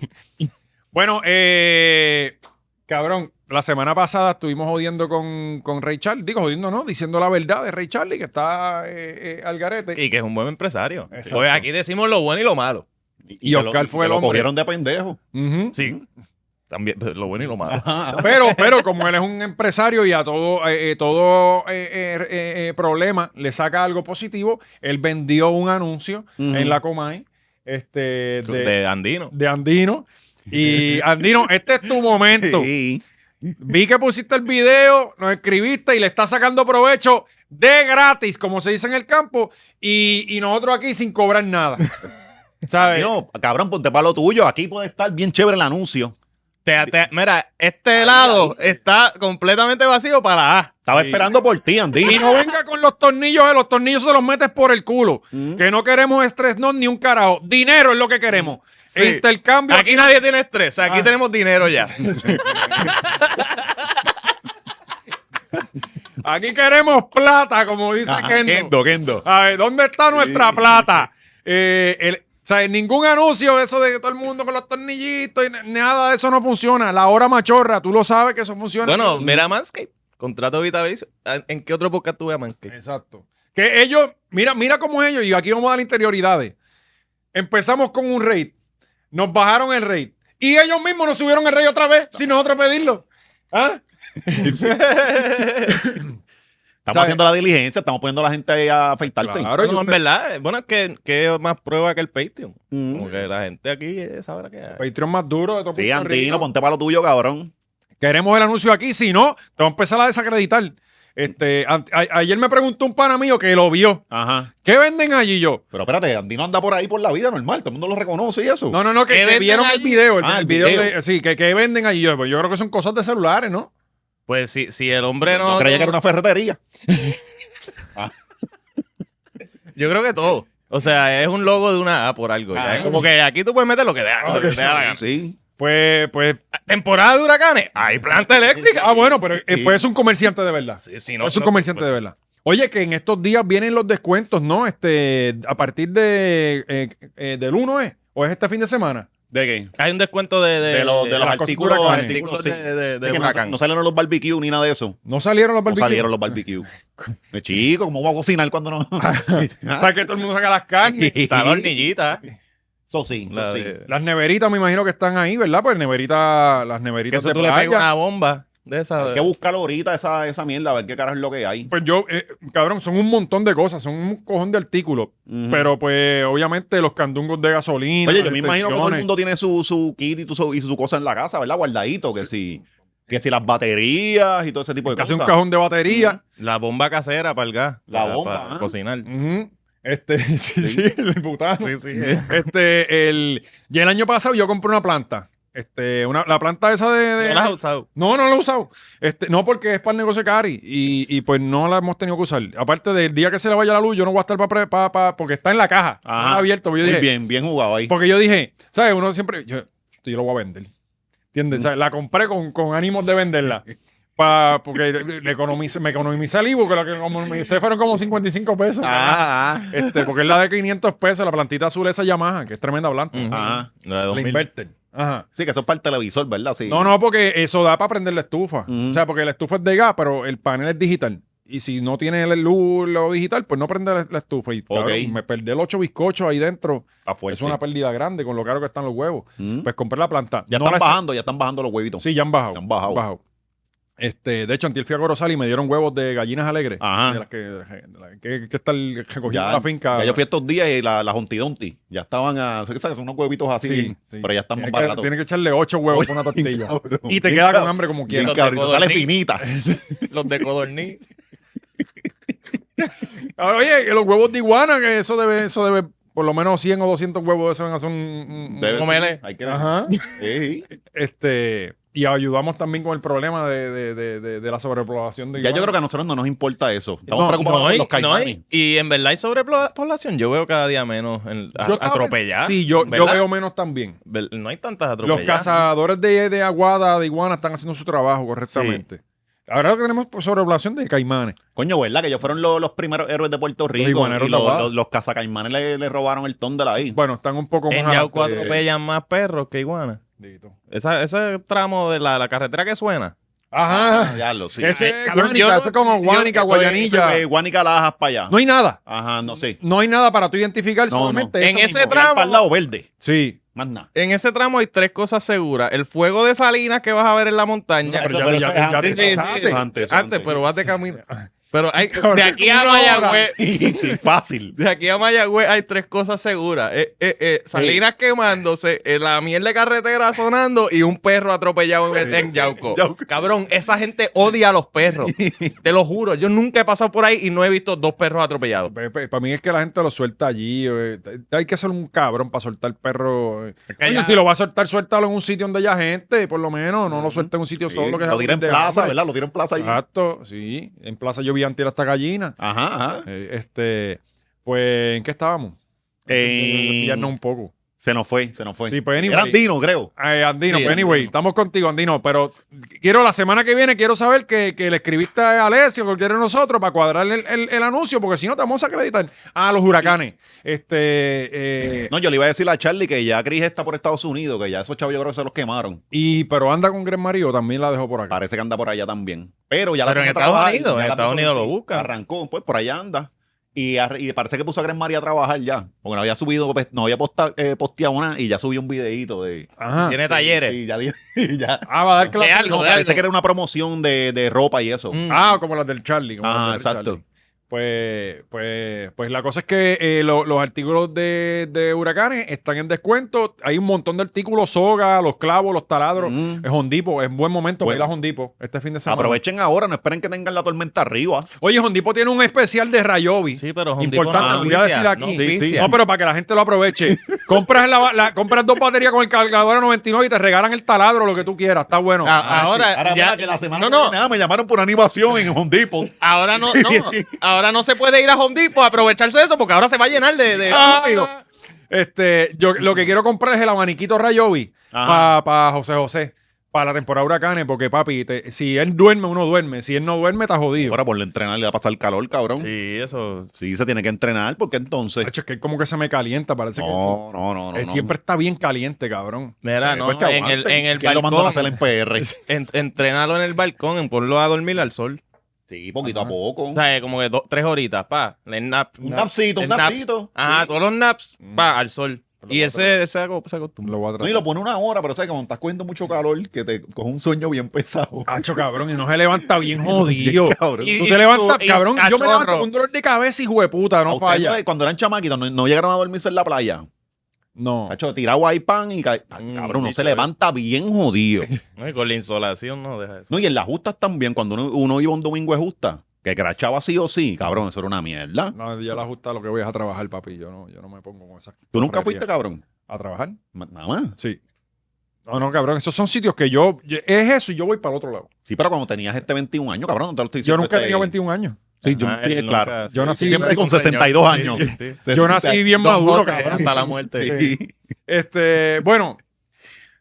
B: Bueno, eh, cabrón, la semana pasada estuvimos jodiendo con, con Ray Charles. Digo, jodiendo, no, diciendo la verdad de Ray Charlie, que está eh, eh, al garete.
D: Y que es un buen empresario.
B: Exacto.
D: Pues aquí decimos lo bueno y lo malo.
B: Y
C: que lo-
B: Oscar
C: y
B: fue
C: que
B: el
C: lo
B: hombre.
C: cogieron de pendejo.
B: Ujú.
D: Sí. También pues, lo bueno y lo malo.
C: Ajá.
B: Pero, pero como él es un empresario y a todo, eh, eh, todo eh, eh, eh, eh, problema le saca algo positivo, él vendió un anuncio
C: Ujú.
B: en la Comay este, de,
D: De Andino.
B: de Andino. Y Andino, este es tu momento.
C: Sí.
B: Vi que pusiste el video, nos escribiste y le estás sacando provecho. de gratis, como se dice en el campo, y, y nosotros aquí sin cobrar nada. ¿Sabes?
C: No, cabrón, ponte para lo tuyo. Aquí puede estar bien chévere el anuncio.
D: Te- te- mira, este lado está completamente vacío para A.
C: Estaba
B: Sí.
C: esperando por ti,
B: Y
C: Andy.
B: no venga con los tornillos, eh, los tornillos se los metes por el culo.
D: Mm.
B: Que no queremos estrés, no, ni un carajo. Dinero es lo que queremos.
D: Sí.
B: Intercambio.
D: Aquí nadie tiene estrés, aquí
B: Ah.
D: tenemos dinero ya.
B: Aquí queremos plata, como dice
D: Ah,
C: Ajá,
B: Kendo.
C: Kendo, Kendo.
B: A ver, ¿dónde está nuestra plata? Eh, el- o sea, ningún anuncio de eso de que todo el mundo con los tornillitos y na- nada de eso no funciona. La hora machorra, tú lo sabes que eso funciona.
D: Bueno, mira Manscape, contrato vitalicio. ¿En en qué otro podcast tuve a Manscape?
B: Exacto. Que ellos, mira, mira cómo ellos, y aquí vamos a dar interioridades. Empezamos con un rate, nos bajaron el rate, y ellos mismos nos subieron el rate otra vez sin nosotros pedirlo. ¿Ah?
C: Estamos haciendo la diligencia, estamos poniendo a la gente ahí a afeitarse.
B: Claro,
D: No,
B: yo-
D: en verdad, eh, bueno, que, que más prueba que el Patreon.
C: Mm.
D: Porque la gente aquí eh, sabe la que hay.
B: Patreon más duro de todo
C: Sí,
B: Puerto
C: Andino,
B: Rico.
C: ponte para lo tuyo, cabrón.
B: Queremos el anuncio aquí, si no, te va a empezar a desacreditar. Este, an- a- ayer me preguntó un pana mío que lo vio.
C: Ajá.
B: ¿Qué venden allí yo?
C: Pero espérate, Andino anda por ahí por la vida normal, todo el mundo lo reconoce y eso.
B: No, no, no, que,
D: ¿Qué
B: que
D: venden
B: vieron el
D: allí?
B: video. El,
C: Ah,
B: el
C: el
B: video
C: video.
B: de- sí, que, que venden allí yo. Pues yo creo que son cosas de celulares, ¿no?
D: Pues si, si el hombre
C: No
D: no.
C: creía que era una ferretería.
D: Yo creo que todo. O sea, es un logo de una A por algo. ya.
C: Ah.
D: Es como que aquí tú puedes meter lo que te da, lo que te da la gana.
C: Sí.
B: Pues, pues.
D: Temporada de huracanes, hay planta eléctrica.
B: Ah, bueno, pero eh,
C: Sí.
B: pues es un comerciante de verdad.
D: Sí, sí, no,
B: es un
D: no,
B: comerciante
D: pues,
B: de verdad. Oye, que en estos días vienen los descuentos, ¿no? Este, a partir de eh, eh, del 1 es, o es este fin de semana.
C: ¿De qué?
D: Hay un descuento de, de,
C: De, los- de
D: de-
C: los
B: las cosas
C: artículos,
B: huracanes.
C: artículos, sí.
D: de- de- de
C: Sí, que no-
D: huracán.
C: No, salieron los barbecues ni nada de eso.
B: No salieron los
C: No
B: barbecues.
C: salieron los barbecues. Eh, Chico, ¿cómo voy a cocinar cuando no?
B: O sea, que todo el mundo saca las carnes.
D: Está la hornillita.
C: Eso sí, eso
D: La
C: sí.
D: de-
B: Las neveritas me imagino que están ahí, ¿verdad? Pues neverita, las
D: que
B: neveritas
D: eso
B: de
D: tú le pegas
B: playa.
D: una bomba de
C: Hay
D: esa.
C: que buscar ahorita esa, esa mierda, a ver qué carajo es lo que hay.
B: Pues yo, eh, cabrón, son un montón de cosas, son un cojón de artículos.
C: Ujú.
B: Pero pues obviamente los candungos de gasolina.
C: Oye, yo me imagino que todo el
B: extensiones.
C: mundo tiene su, su kit y, tu- su, y su cosa en la casa, ¿verdad? Guardadito, que si, que si las baterías y todo ese tipo de
B: Hace
C: cosas.
B: un cajón de batería.
D: La bomba casera para el gas.
C: La
D: para-
C: bomba,
D: Para
C: ah.
D: cocinar.
B: Ujú. Este, sí, sí, el butano.
D: Sí, sí.
B: Este, el, y el año pasado yo compré una planta. Este, una, la planta esa de. de-
D: No la has usado.
B: no, no la he usado. Este, no, porque es para el negocio de Cari. Y, y pues no la hemos tenido que usar. Aparte del día que se le vaya la luz, yo no voy a estar para. porque está en la caja.
C: Ajá.
B: Está abierto. pues Yo
C: Muy
B: dije,
C: bien, bien jugado ahí.
B: Porque yo dije, ¿sabes? Uno siempre, yo, esto yo lo voy a vender. ¿Entiendes? ¿Sabes? La compré con, con ánimos de venderla. Pa, porque le- le economicé- me economicé el IVU, que lo que economicé fueron como 55 pesos.
C: Ah, ah,
B: Este, porque es la de 500 pesos, la plantita azul esa Yamaha, que es tremenda planta.
D: Ujú.
C: Ajá.
D: La de
B: La
D: 2000.
B: inverten. Ajá.
C: Ah. sí, que eso es para el televisor, ¿verdad? Sí.
B: No, no, porque eso da para prender la estufa.
C: Ujú.
B: O sea, porque la estufa es de gas, pero el panel es digital. Y si no tiene la luz lo digital, pues no prende la, la estufa. Y claro,
C: Ok. Pues
B: me perdí el 8 bizcochos ahí dentro.
C: Está fuerte.
B: Es una pérdida grande con lo caro que están los huevos.
C: Mm.
B: Pues compré la planta.
C: ya
B: No
C: están
B: la-
C: bajando, ya están bajando los huevitos.
B: Sí, ya han bajado.
C: Ya han bajado.
B: Este, de hecho, antier fui a Corozal y me dieron huevos de gallinas alegres.
C: Ajá.
B: De las que, de las que, que están recogiendo
C: Ya,
B: la finca.
C: ya yo fui estos días y la, las ontidonti ya estaban a. ¿sabes? Son unos huevitos así,
B: Sí, sí.
C: pero ya están más
B: Tienes
C: baratos.
B: que, tienes que echarle ocho huevos con una tortilla. y te queda con hambre como
C: Bien,
B: quieras.
C: cabrón, y te sale
D: Codorniz.
C: finita.
D: Los de codorniz.
B: Ahora, Ah, oye, que los huevos de iguana, que eso debe, eso debe, por lo menos 100 o 200 huevos de eso van a hacer un... un-
C: Debe
D: Comele.
C: ser, Hay que
B: Ajá.
C: Sí.
B: Este, y ayudamos también con el problema de, de- de- de- de la sobrepoblación de
C: Ya yo
B: iguanas.
C: creo que a nosotros no nos importa eso. Estamos
B: No,
C: preocupados
D: No,
C: por
D: y,
C: los
D: no,
C: caimanes.
D: y, y en verdad hay sobrepoblación. Yo veo cada día menos en- a-
B: Yo estaba
D: atropelladas.
B: Sí, yo, yo
D: ¿verdad?
B: veo menos también.
D: Vel- No hay tantas
B: Los
D: atropelladas.
B: cazadores de, de aguada, de iguana, están haciendo su trabajo correctamente. Ahora lo que tenemos es sobrepoblación de caimanes.
C: Coño, ¿verdad? Que ellos fueron los, los primeros héroes de Puerto Rico.
B: iguaneros
C: y los,
B: de Aguada.
C: los- los cazacaimanes le, le robaron el ton de la I.
B: Bueno, están un poco
D: En
B: más...
D: Yauco
B: adelante.
D: atropellan más perros que iguanas. Esa- Ese tramo de la, la carretera que suena.
B: Ajá.
C: ya lo Ah, sí. Ah,
B: Ese
D: Ay,
B: es eh,
D: cabrón,
B: Guánica,
D: yo no-
B: ese es como
D: yo-
B: Guánica,
D: eso es-
B: Guayanilla.
C: Guanica Lajas para allá.
B: No hay nada.
C: Ajá, no sé.
B: No hay nada para tú identificar,
C: No,
B: solamente
D: no.
B: eso
D: En ese
B: mismo.
D: tra- Tramo.
C: Para el lado verde.
B: Sí.
C: Más nada.
D: En ese tramo hay tres cosas seguras. El fuego de Salinas que vas a ver en la montaña.
B: pero
C: Eso-
B: ya-
C: pero
B: ya-
C: eso es
B: ya-
C: antes,
B: sí, sí,
C: eso es
B: sí.
C: antes, eso es
D: Antes, pero vas de camino. Pero hay,
B: Cabrón,
D: de aquí a
B: una hora.
D: Mayagüez,
C: Sí, sí, fácil.
D: de aquí a Mayagüez hay tres cosas seguras. Eh, eh, eh, Salinas quemándose, eh, la miel de carretera sonando y un perro atropellado en, en Yauco.
C: Yauco.
D: Cabrón, esa gente odia a los perros. Te lo juro, yo nunca he pasado por ahí y no he visto dos perros atropellados.
B: Para mí es que la gente lo suelta allí. eh, Hay que ser un cabrón para soltar perro. eh.
D: que
B: Coño,
D: ya-
B: si lo va a soltar, suéltalo en un sitio donde haya gente, por lo menos. No lo suelta en un sitio
C: Sí,
B: solo. Que sea
C: lo tira en
B: de
C: plaza,
B: hambre.
C: ¿verdad? Lo tira en plaza ahí.
B: Exacto, sí. En plaza yo vi antes hasta gallina.
C: Ajá, ajá.
B: Eh, este, pues, ¿en qué estábamos?
C: Eh,
B: Pillarnos un poco.
C: Se nos fue, se nos fue.
B: Sí, pues, anyway.
C: Era Andino, creo.
B: Eh, Andino,
D: Sí,
B: pues,
D: Andino.
B: anyway, estamos contigo, Andino, pero quiero la semana que viene, quiero saber que, que le escribiste a Alessio, cualquiera de nosotros, para cuadrar el, el- el anuncio, porque si no te vamos a acreditar a los huracanes. Este, eh,
C: No, yo le iba a decir a Charlie que ya Cris está por Estados Unidos, que ya esos chavos yo creo que se los quemaron.
B: y, pero anda con Gran Mario, también la dejó por acá.
C: Parece que anda por allá también. Pero ya la
D: Pero en
C: puso a
D: Estados
C: trabajar, ya
D: Unidos, en
C: la
D: Estados
C: puso-
D: Unidos lo
C: sí,
D: buscan.
C: Arrancó, pues por allá anda. Y, ar- y parece que puso a Gran María a trabajar ya. Porque no había subido, pues, no había posta- eh, posteado una y ya subió un videíto de.
B: Ajá.
D: Tiene talleres.
C: Ah, Sí, ya. di- y ya.
B: Ah, va a dar clase.
D: De algo,
C: No,
D: de
C: parece
D: algo.
C: que era una promoción de, de ropa y eso.
D: Mm.
B: Ah, como las del Charlie. como
C: Ah,
B: las del
C: exacto.
B: Charlie. Pues, pues, pues la cosa es que eh, lo- los artículos de, de huracanes están en descuento. Hay un montón de artículos, soga, los clavos, los taladros.
C: Mm.
B: Es Hondipo, es buen momento
C: Bueno.
B: para ir a Hondipo este fin de semana.
C: Aprovechen ahora, no esperen que tengan la tormenta arriba.
B: Oye, Hondipo tiene un especial de Rayobi.
D: Sí, pero Home Depot
B: Importante,
D: no
B: lo voy a decir
D: auspicia,
B: aquí.
D: no
B: Sí, sí.
D: auspicia.
B: No, pero para que la gente lo aproveche. compras, la- la- compras dos baterías con el cargador a 99 y te regalan el taladro, lo que tú quieras. Está bueno.
D: A-
C: Ah,
D: ahora,
C: Ahora,
D: ya-
C: mira, que la semana
D: no, no,
C: que viene, ah, me llamaron por una animación en Home Depot.
D: Ahora no, no, ahora no se puede ir a Home Depot a aprovecharse de eso porque ahora se va a llenar de, de
B: Ah,
D: estúpidos.
B: Este, yo lo que quiero comprar es el abaniquito Rayobi
C: Ajá.
D: Ah,
B: para José José, para la temporada de huracanes, porque papi, te- si él duerme, uno duerme. Si él no duerme, está jodido.
C: Ahora por lo entrenar le va a pasar calor, cabrón. Sí.
D: Sí, eso.
C: se tiene que entrenar porque entonces.
B: Hacho, es que él como que se me calienta, parece
C: No, no, no,
B: que
C: no.
B: él
C: no.
B: siempre está bien caliente, cabrón.
D: Mira,
C: Eh,
D: no,
C: pues que
D: en el,
C: aguanten.
D: en el
C: ¿Quién lo mandó a hacer
D: balcón.
C: en PR?
D: En, entrenalo en el balcón, en ponlo a dormir al sol.
C: Sí, poquito a poco.
D: O sea, como que dos, tres horitas, pa. El nap.
C: un
D: nap.
C: napsito, un
D: el nap. Ah,
C: napsito.
D: Ajá, todos los naps, pa, al sol.
B: Pero
D: Y
B: lo
D: ese, ese aco- se acostumbra.
B: Lo voy a
C: No,
B: tratar.
C: y lo pone una hora, pero sabes que cuando estás cogiendo mucho calor, que te coge un sueño bien pesado.
B: Hacho, cabrón, y no se levanta bien jodido.
C: Cabrón.
B: Tú
D: Ah, Y-
B: te
D: y
B: levantas,
D: su- y
B: cabrón. Yo me
D: cachorro.
B: levanto con dolor de cabeza, hijo de puta,
C: A
B: no
C: ustedes,
B: falla.
C: güey, eh, Cuando eran chamaquitos, no, no llegaron a dormirse en la playa.
B: No.
C: Cacho, tirado ahí pan y ca-
D: Mm,
C: cabrón, no se
D: sí, cabrón.
C: levanta bien jodido.
D: No, y con la insolación no deja eso.
C: No, y en las justas también, cuando uno, uno iba un domingo de justa, que crachaba sí o sí, cabrón, eso era una mierda.
B: No, yo la ajusta lo que voy es a trabajar, papi. Yo no, yo no me pongo con esa.
C: ¿Tú nunca fuiste, cabrón?
B: a trabajar?
C: Ma- Nada más.
B: Sí. No, no, cabrón, esos son sitios que yo, yo- es eso y yo voy para el otro lado.
C: Sí, pero cuando tenías este 21 años, cabrón, no te lo estoy
B: Yo
C: diciendo.
B: nunca he
C: este-
B: tenido 21 años.
C: Sí, yo,
D: Ajá,
C: sí,
D: él
C: claro.
D: nunca-
B: Yo nací-
C: Siempre con
D: un señor.
C: 62 años.
D: Sí, sí, sí.
B: Yo nací bien
D: Don
B: maduro,
D: José,
B: cabrón.
D: Hasta la muerte.
C: Sí.
B: Este, bueno,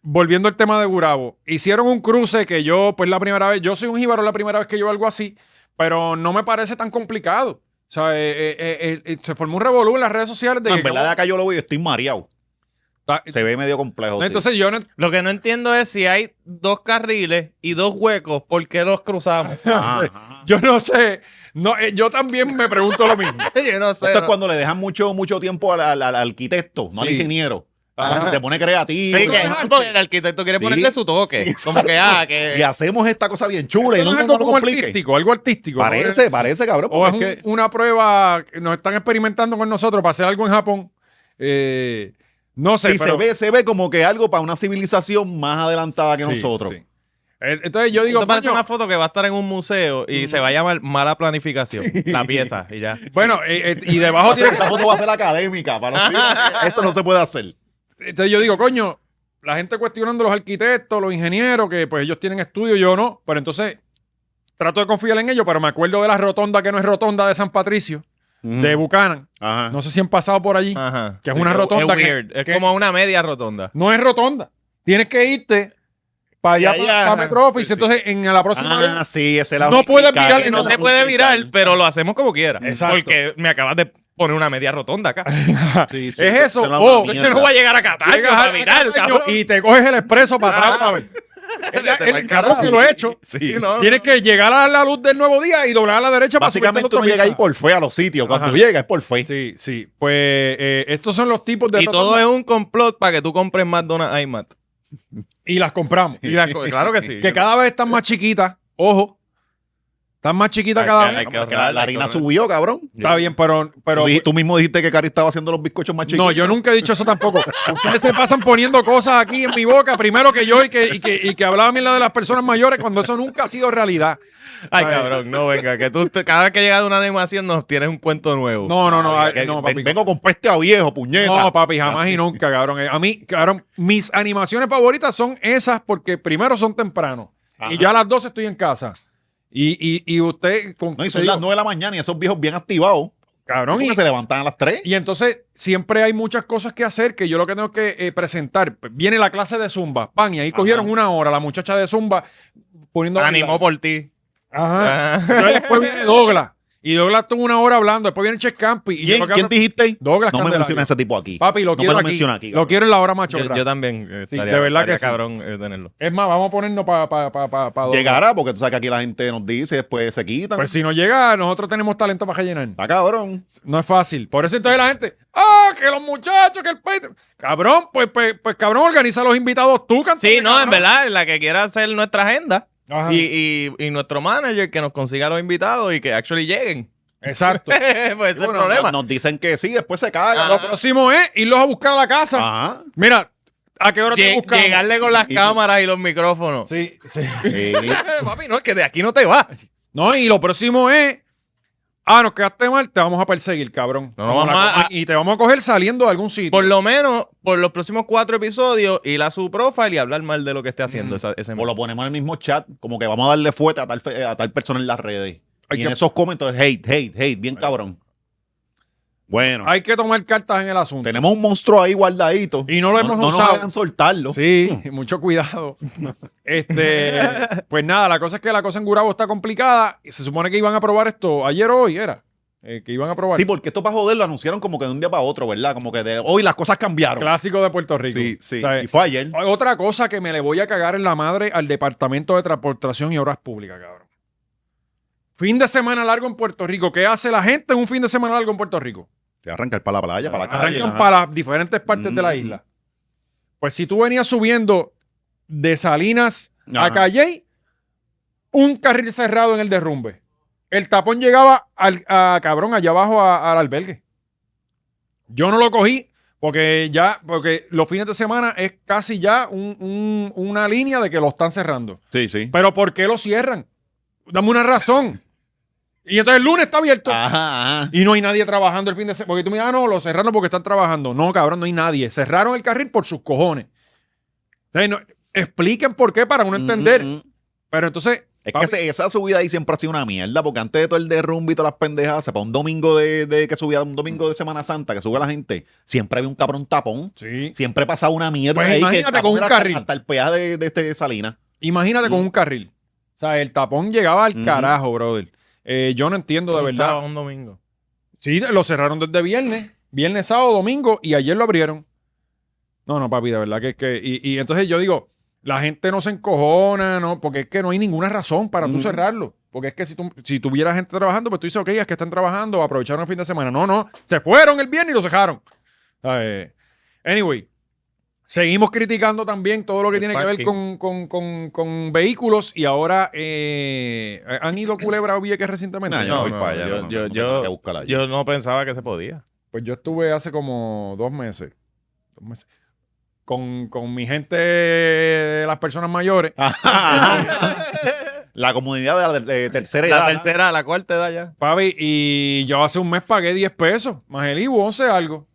B: volviendo al tema de Gurabo, hicieron un cruce que yo, pues la primera vez, yo soy un jíbaro la primera vez que yo algo así, pero no me parece tan complicado. O sea, eh, eh, eh, eh, se formó un revolú en las redes sociales de
C: No,
B: que
C: en verdad, de acá yo lo veo y estoy mareado.
B: Ta-
C: Se ve medio complejo.
B: No,
C: sí.
B: entonces yo no,
D: Lo que no entiendo es si hay dos carriles y dos huecos, ¿por qué los cruzamos?
C: Ajá, ajá.
B: yo no sé, no, eh, yo también me pregunto lo mismo.
D: Yo no sé.
C: Esto es
D: no-
C: cuando le dejan mucho, mucho tiempo al, al- al arquitecto, no al
B: Sí.
C: ingeniero.
B: Ajá.
C: Te pone creativo.
D: Sí, que-
B: arte.
D: porque el arquitecto quiere
C: Sí.
D: ponerle su toque.
C: Sí,
D: como que, ah, que.
C: Y hacemos esta cosa bien chula y
B: Esto
C: no,
B: no es
C: no,
B: algo
C: lo
B: como
C: complique.
B: artístico, algo artístico. ¿no?
C: Parece, parece, cabrón.
B: O es
C: porque
B: un- una prueba que nos están experimentando con nosotros para hacer algo en Japón. Eh, no sé,
C: Sí,
B: pero-
C: se ve, se ve como que algo para una civilización más adelantada que
B: Sí,
C: nosotros.
B: sí. Eh, Entonces yo digo,
D: Esto parece
B: coño,
D: una foto que va a estar en un museo y se va a llamar mala planificación. La pieza y ya.
B: bueno, eh, eh, y debajo tiene...
C: Esta foto va a ser académica. Para los esto no se puede hacer.
B: Entonces yo digo, coño, la gente cuestionando los arquitectos, los ingenieros, que pues ellos tienen estudio, yo no. Pero entonces trato de confiar en ellos, pero me acuerdo de la rotonda que no es rotonda de San Patricio, Mm.
C: Mm.
B: de Buchanan.
C: Ajá.
B: No sé si han pasado por allí.
D: Ajá.
B: Que es una
D: Sí,
B: rotonda
D: Es,
B: que-
D: weird. es
B: que-
D: como una media rotonda.
B: No es rotonda. Tienes que irte para allá,
D: Ya, ya,
B: para,
D: ajá.
B: Metrópolis.
D: Sí, sí.
B: entonces en la próxima vez-
C: Ah, sí, ese lado.
B: No puede
C: pica,
B: virar,
C: ese
D: no
C: lado
D: se puede
C: pica.
D: virar, pero lo hacemos como quiera.
B: Exacto.
D: Porque me acabas de poner una media rotonda acá.
C: Sí, sí,
B: Es
C: ese
B: eso, Oh,
C: lado
B: o-
C: es una
D: Yo no voy a llegar a Cataño
B: Llegas
D: para
B: a-
D: virar,
B: a-
D: cabrón.
B: y te coges el expreso para atrás otra vez. Es la-
D: Te va
B: el
D: el
B: caso que lo he hecho.
C: Sí.
D: no.
B: Tienes que llegar a la luz del nuevo día y doblar a la derecha para
C: Básicamente
B: subirte
C: tú
B: a
C: no
B: la
C: llegas ahí
B: autopista.
C: por fe a los sitios. Cuando
B: Ajá.
C: llegas es por fe.
B: Sí, sí. Pues eh, estos son los tipos de
D: Y
B: rotondas.
D: todo es un complot para que tú compres McDonald's iMac.
B: Y las compramos.
D: Y la co- claro que sí.
B: que cada vez están más chiquitas. Ojo. Están más chiquitas
D: Ay,
B: cada
D: ay,
B: vez.
D: ay, qué
C: Porque la, la
D: horrible,
C: harina
D: qué horrible.
C: subió, cabrón.
B: Está bien, pero. pero pues-
C: Tú, di- tú mismo dijiste que Cari estaba haciendo los bizcochos más chicos.
B: no, yo nunca he dicho eso tampoco. Ustedes se pasan poniendo cosas aquí en mi boca primero que yo y que, y que, y que hablaba mierda de las personas mayores cuando eso nunca ha sido realidad.
D: Ay, cabrón, no venga, que tú te- cada vez que llega de una animación nos tienes un cuento nuevo.
B: No, no, no.
C: Ah,
B: ay,
C: que-
B: no,
C: ven-
B: papi.
C: Vengo con peste a viejo, puñeta.
B: No, papi, jamás y nunca, cabrón. Eh, A mí, cabrón, mis animaciones favoritas son esas porque primero son temprano.
C: Ajá.
B: Y ya a las 12 estoy en casa. Y, y, y usted... Con,
C: No, y
B: te
C: son
B: digo,
C: las 9 de la mañana y esos viejos bien activados.
B: Cabrón, y,
C: Porque se levantan a las 3.
B: y entonces siempre hay muchas cosas que hacer que yo lo que tengo que eh, presentar. Viene la clase de Zumba, pan, y ahí cogieron una hora la muchacha de Zumba poniendo...
D: Animó por ti.
B: Ajá.
D: Ajá.
B: Entonces, después viene Douglas. Y Douglas tuvo una hora hablando. Después viene Che Campi. Y yo
C: ¿Quién,
B: lo que
C: quién
B: hablo-
C: dijiste?
B: Douglas
C: no me
B: Candelario.
C: mencionas a ese tipo aquí.
B: Papi, lo
C: no
B: quiero
C: me lo
B: aquí.
C: menciona aquí.
B: lo quiero en la hora
D: Yo,
B: machorra.
D: yo también. eh,
B: Sí,
D: estaría-
B: de verdad que
D: estaría
B: sí.
D: cabrón eh, tenerlo.
B: Es más, vamos a ponernos para pa, pa, pa, pa Douglas.
C: Llegará, porque tú sabes que aquí la gente nos dice, después se quitan.
B: Pues si no llega, nosotros tenemos talento para rellenar.
C: Está cabrón.
B: No es fácil. Por eso entonces la gente, ¡ah, que los muchachos, que el Patreon! Cabrón, pues, pues, pues cabrón, organiza a los invitados tú, cantante.
D: Sí, no, en
B: cabrón.
D: verdad, la que quiera hacer nuestra agenda
B: Ajá.
D: y, y, y nuestro manager que nos consiga los invitados y que actually lleguen.
B: Exacto.
D: pues ese es el
C: Bueno,
D: problema.
C: Nos dicen que sí, después se cagan.
D: Ah.
B: Lo próximo es irlos a buscar a la casa.
C: Ajá.
B: Mira, ¿a qué hora te
D: Lle-
B: buscamos?
D: llegarle con las
C: Y-
D: cámaras y los micrófonos.
B: Sí, sí.
D: Eh, Papi, no, es que de aquí no te vas.
B: No, y lo próximo es. Ah, nos quedaste mal, te vamos a perseguir, cabrón.
D: No, no,
B: Como la
D: vamos a-
B: co- Y te vamos a coger saliendo de algún sitio.
D: Por lo menos, por los próximos cuatro episodios, ir a su profile y hablar mal de lo que esté haciendo esa- ese
C: O lo ponemos en el mismo chat, como que vamos a darle fuerte a tal, fe- a tal persona en las redes.
B: Hay
C: y
B: que-
C: en esos comentarios, hate, hate, hate, bien cabrón. Bueno,
B: Hay que tomar cartas en el asunto.
C: tenemos un monstruo ahí guardadito.
B: Y no lo hemos
C: no,
B: usado.
C: nos hagan soltarlo.
B: Sí, mucho cuidado. Este, pues nada, la cosa es que la cosa en Gurabo está complicada. y Se supone que iban a probar esto ayer o hoy, era. eh, que iban a probar.
C: Sí, porque esto para joder lo anunciaron como que de un día para otro, ¿verdad? Como que de hoy las cosas cambiaron.
B: Clásico de Puerto Rico.
C: Sí, sí.
B: O sea,
C: Y fue ayer.
B: Otra cosa que me le voy a cagar en la madre al Departamento de Transportación y Obras Públicas, cabrón. Fin de semana largo en Puerto Rico. ¿Qué hace la gente en un fin de semana largo en Puerto Rico?
C: Se arrancar para la playa, para la calle.
B: Arrancan
C: ajá.
B: para las diferentes partes de la
C: Mm.
B: isla. Pues si tú venías subiendo de Salinas a
C: Ajá.
B: Calley, un carril cerrado en el derrumbe. El tapón llegaba al, a cabrón allá abajo a- al albergue. Yo no lo cogí porque ya, porque los fines de semana es casi ya un- un- una línea de que lo están cerrando.
C: Sí, sí.
B: Pero ¿por qué lo cierran? Dame una razón. Y entonces el lunes está abierto.
C: Ajá, ajá.
B: Y no hay nadie trabajando el fin de semana. Porque tú me dices, ah, no, lo cerraron porque están trabajando. No, cabrón, no hay nadie. Cerraron el carril por sus cojones. O sea, no- expliquen por qué para uno entender.
C: Ujú.
B: Pero entonces.
C: Mm, Es que
B: papi,
C: ese- esa subida ahí siempre ha sido una mierda, porque antes de todo el derrumbe y todas las pendejas, para un domingo de, de- que subía, un domingo de Semana Santa que subía la gente, siempre había un cabrón tapón.
B: Sí.
C: Siempre pasaba una mierda
B: Pues
C: ahí
B: imagínate
C: que el tapón
B: con un
C: era hasta-
B: carril.
C: Hasta, el peaje de, de este Salina.
B: Imagínate con un carril. O sea, el tapón llegaba al
C: Ujú.
B: carajo, brother. Eh, yo no entiendo de
D: Un sábado,
B: verdad.
D: un domingo.
B: Sí, lo cerraron desde viernes. Viernes, sábado, domingo. Y ayer lo abrieron. No, no, papi, de verdad que. que y, y entonces yo digo, la gente no se encojona, ¿no? Porque es que no hay ninguna razón para tú
C: Ujú.
B: cerrarlo. Porque es que si, tú, si tuviera gente trabajando, pues tú dices, ok, es que están trabajando, aprovecharon el fin de semana. No, no, se fueron el viernes y lo cerraron. Eh, anyway, seguimos criticando también todo lo que
D: El
B: tiene que ver
D: parking.
B: con, con- con- con vehículos y ahora eh, han ido Culebra o Vieques recientemente.
C: Nah, yo
D: no,
C: voy
D: no,
C: para allá,
D: yo-
C: no, no,
D: yo-
C: no tengo
D: yo-
C: que buscarla allí.
D: Yo no pensaba que se podía.
B: Pues yo estuve hace como dos meses. Dos meses. Con, con mi gente de las personas mayores.
C: La comunidad de la de- de tercera edad.
D: La tercera, la cuarta edad ya.
B: Papi, y yo hace un mes pagué 10 pesos, más el IVU, 11 algo.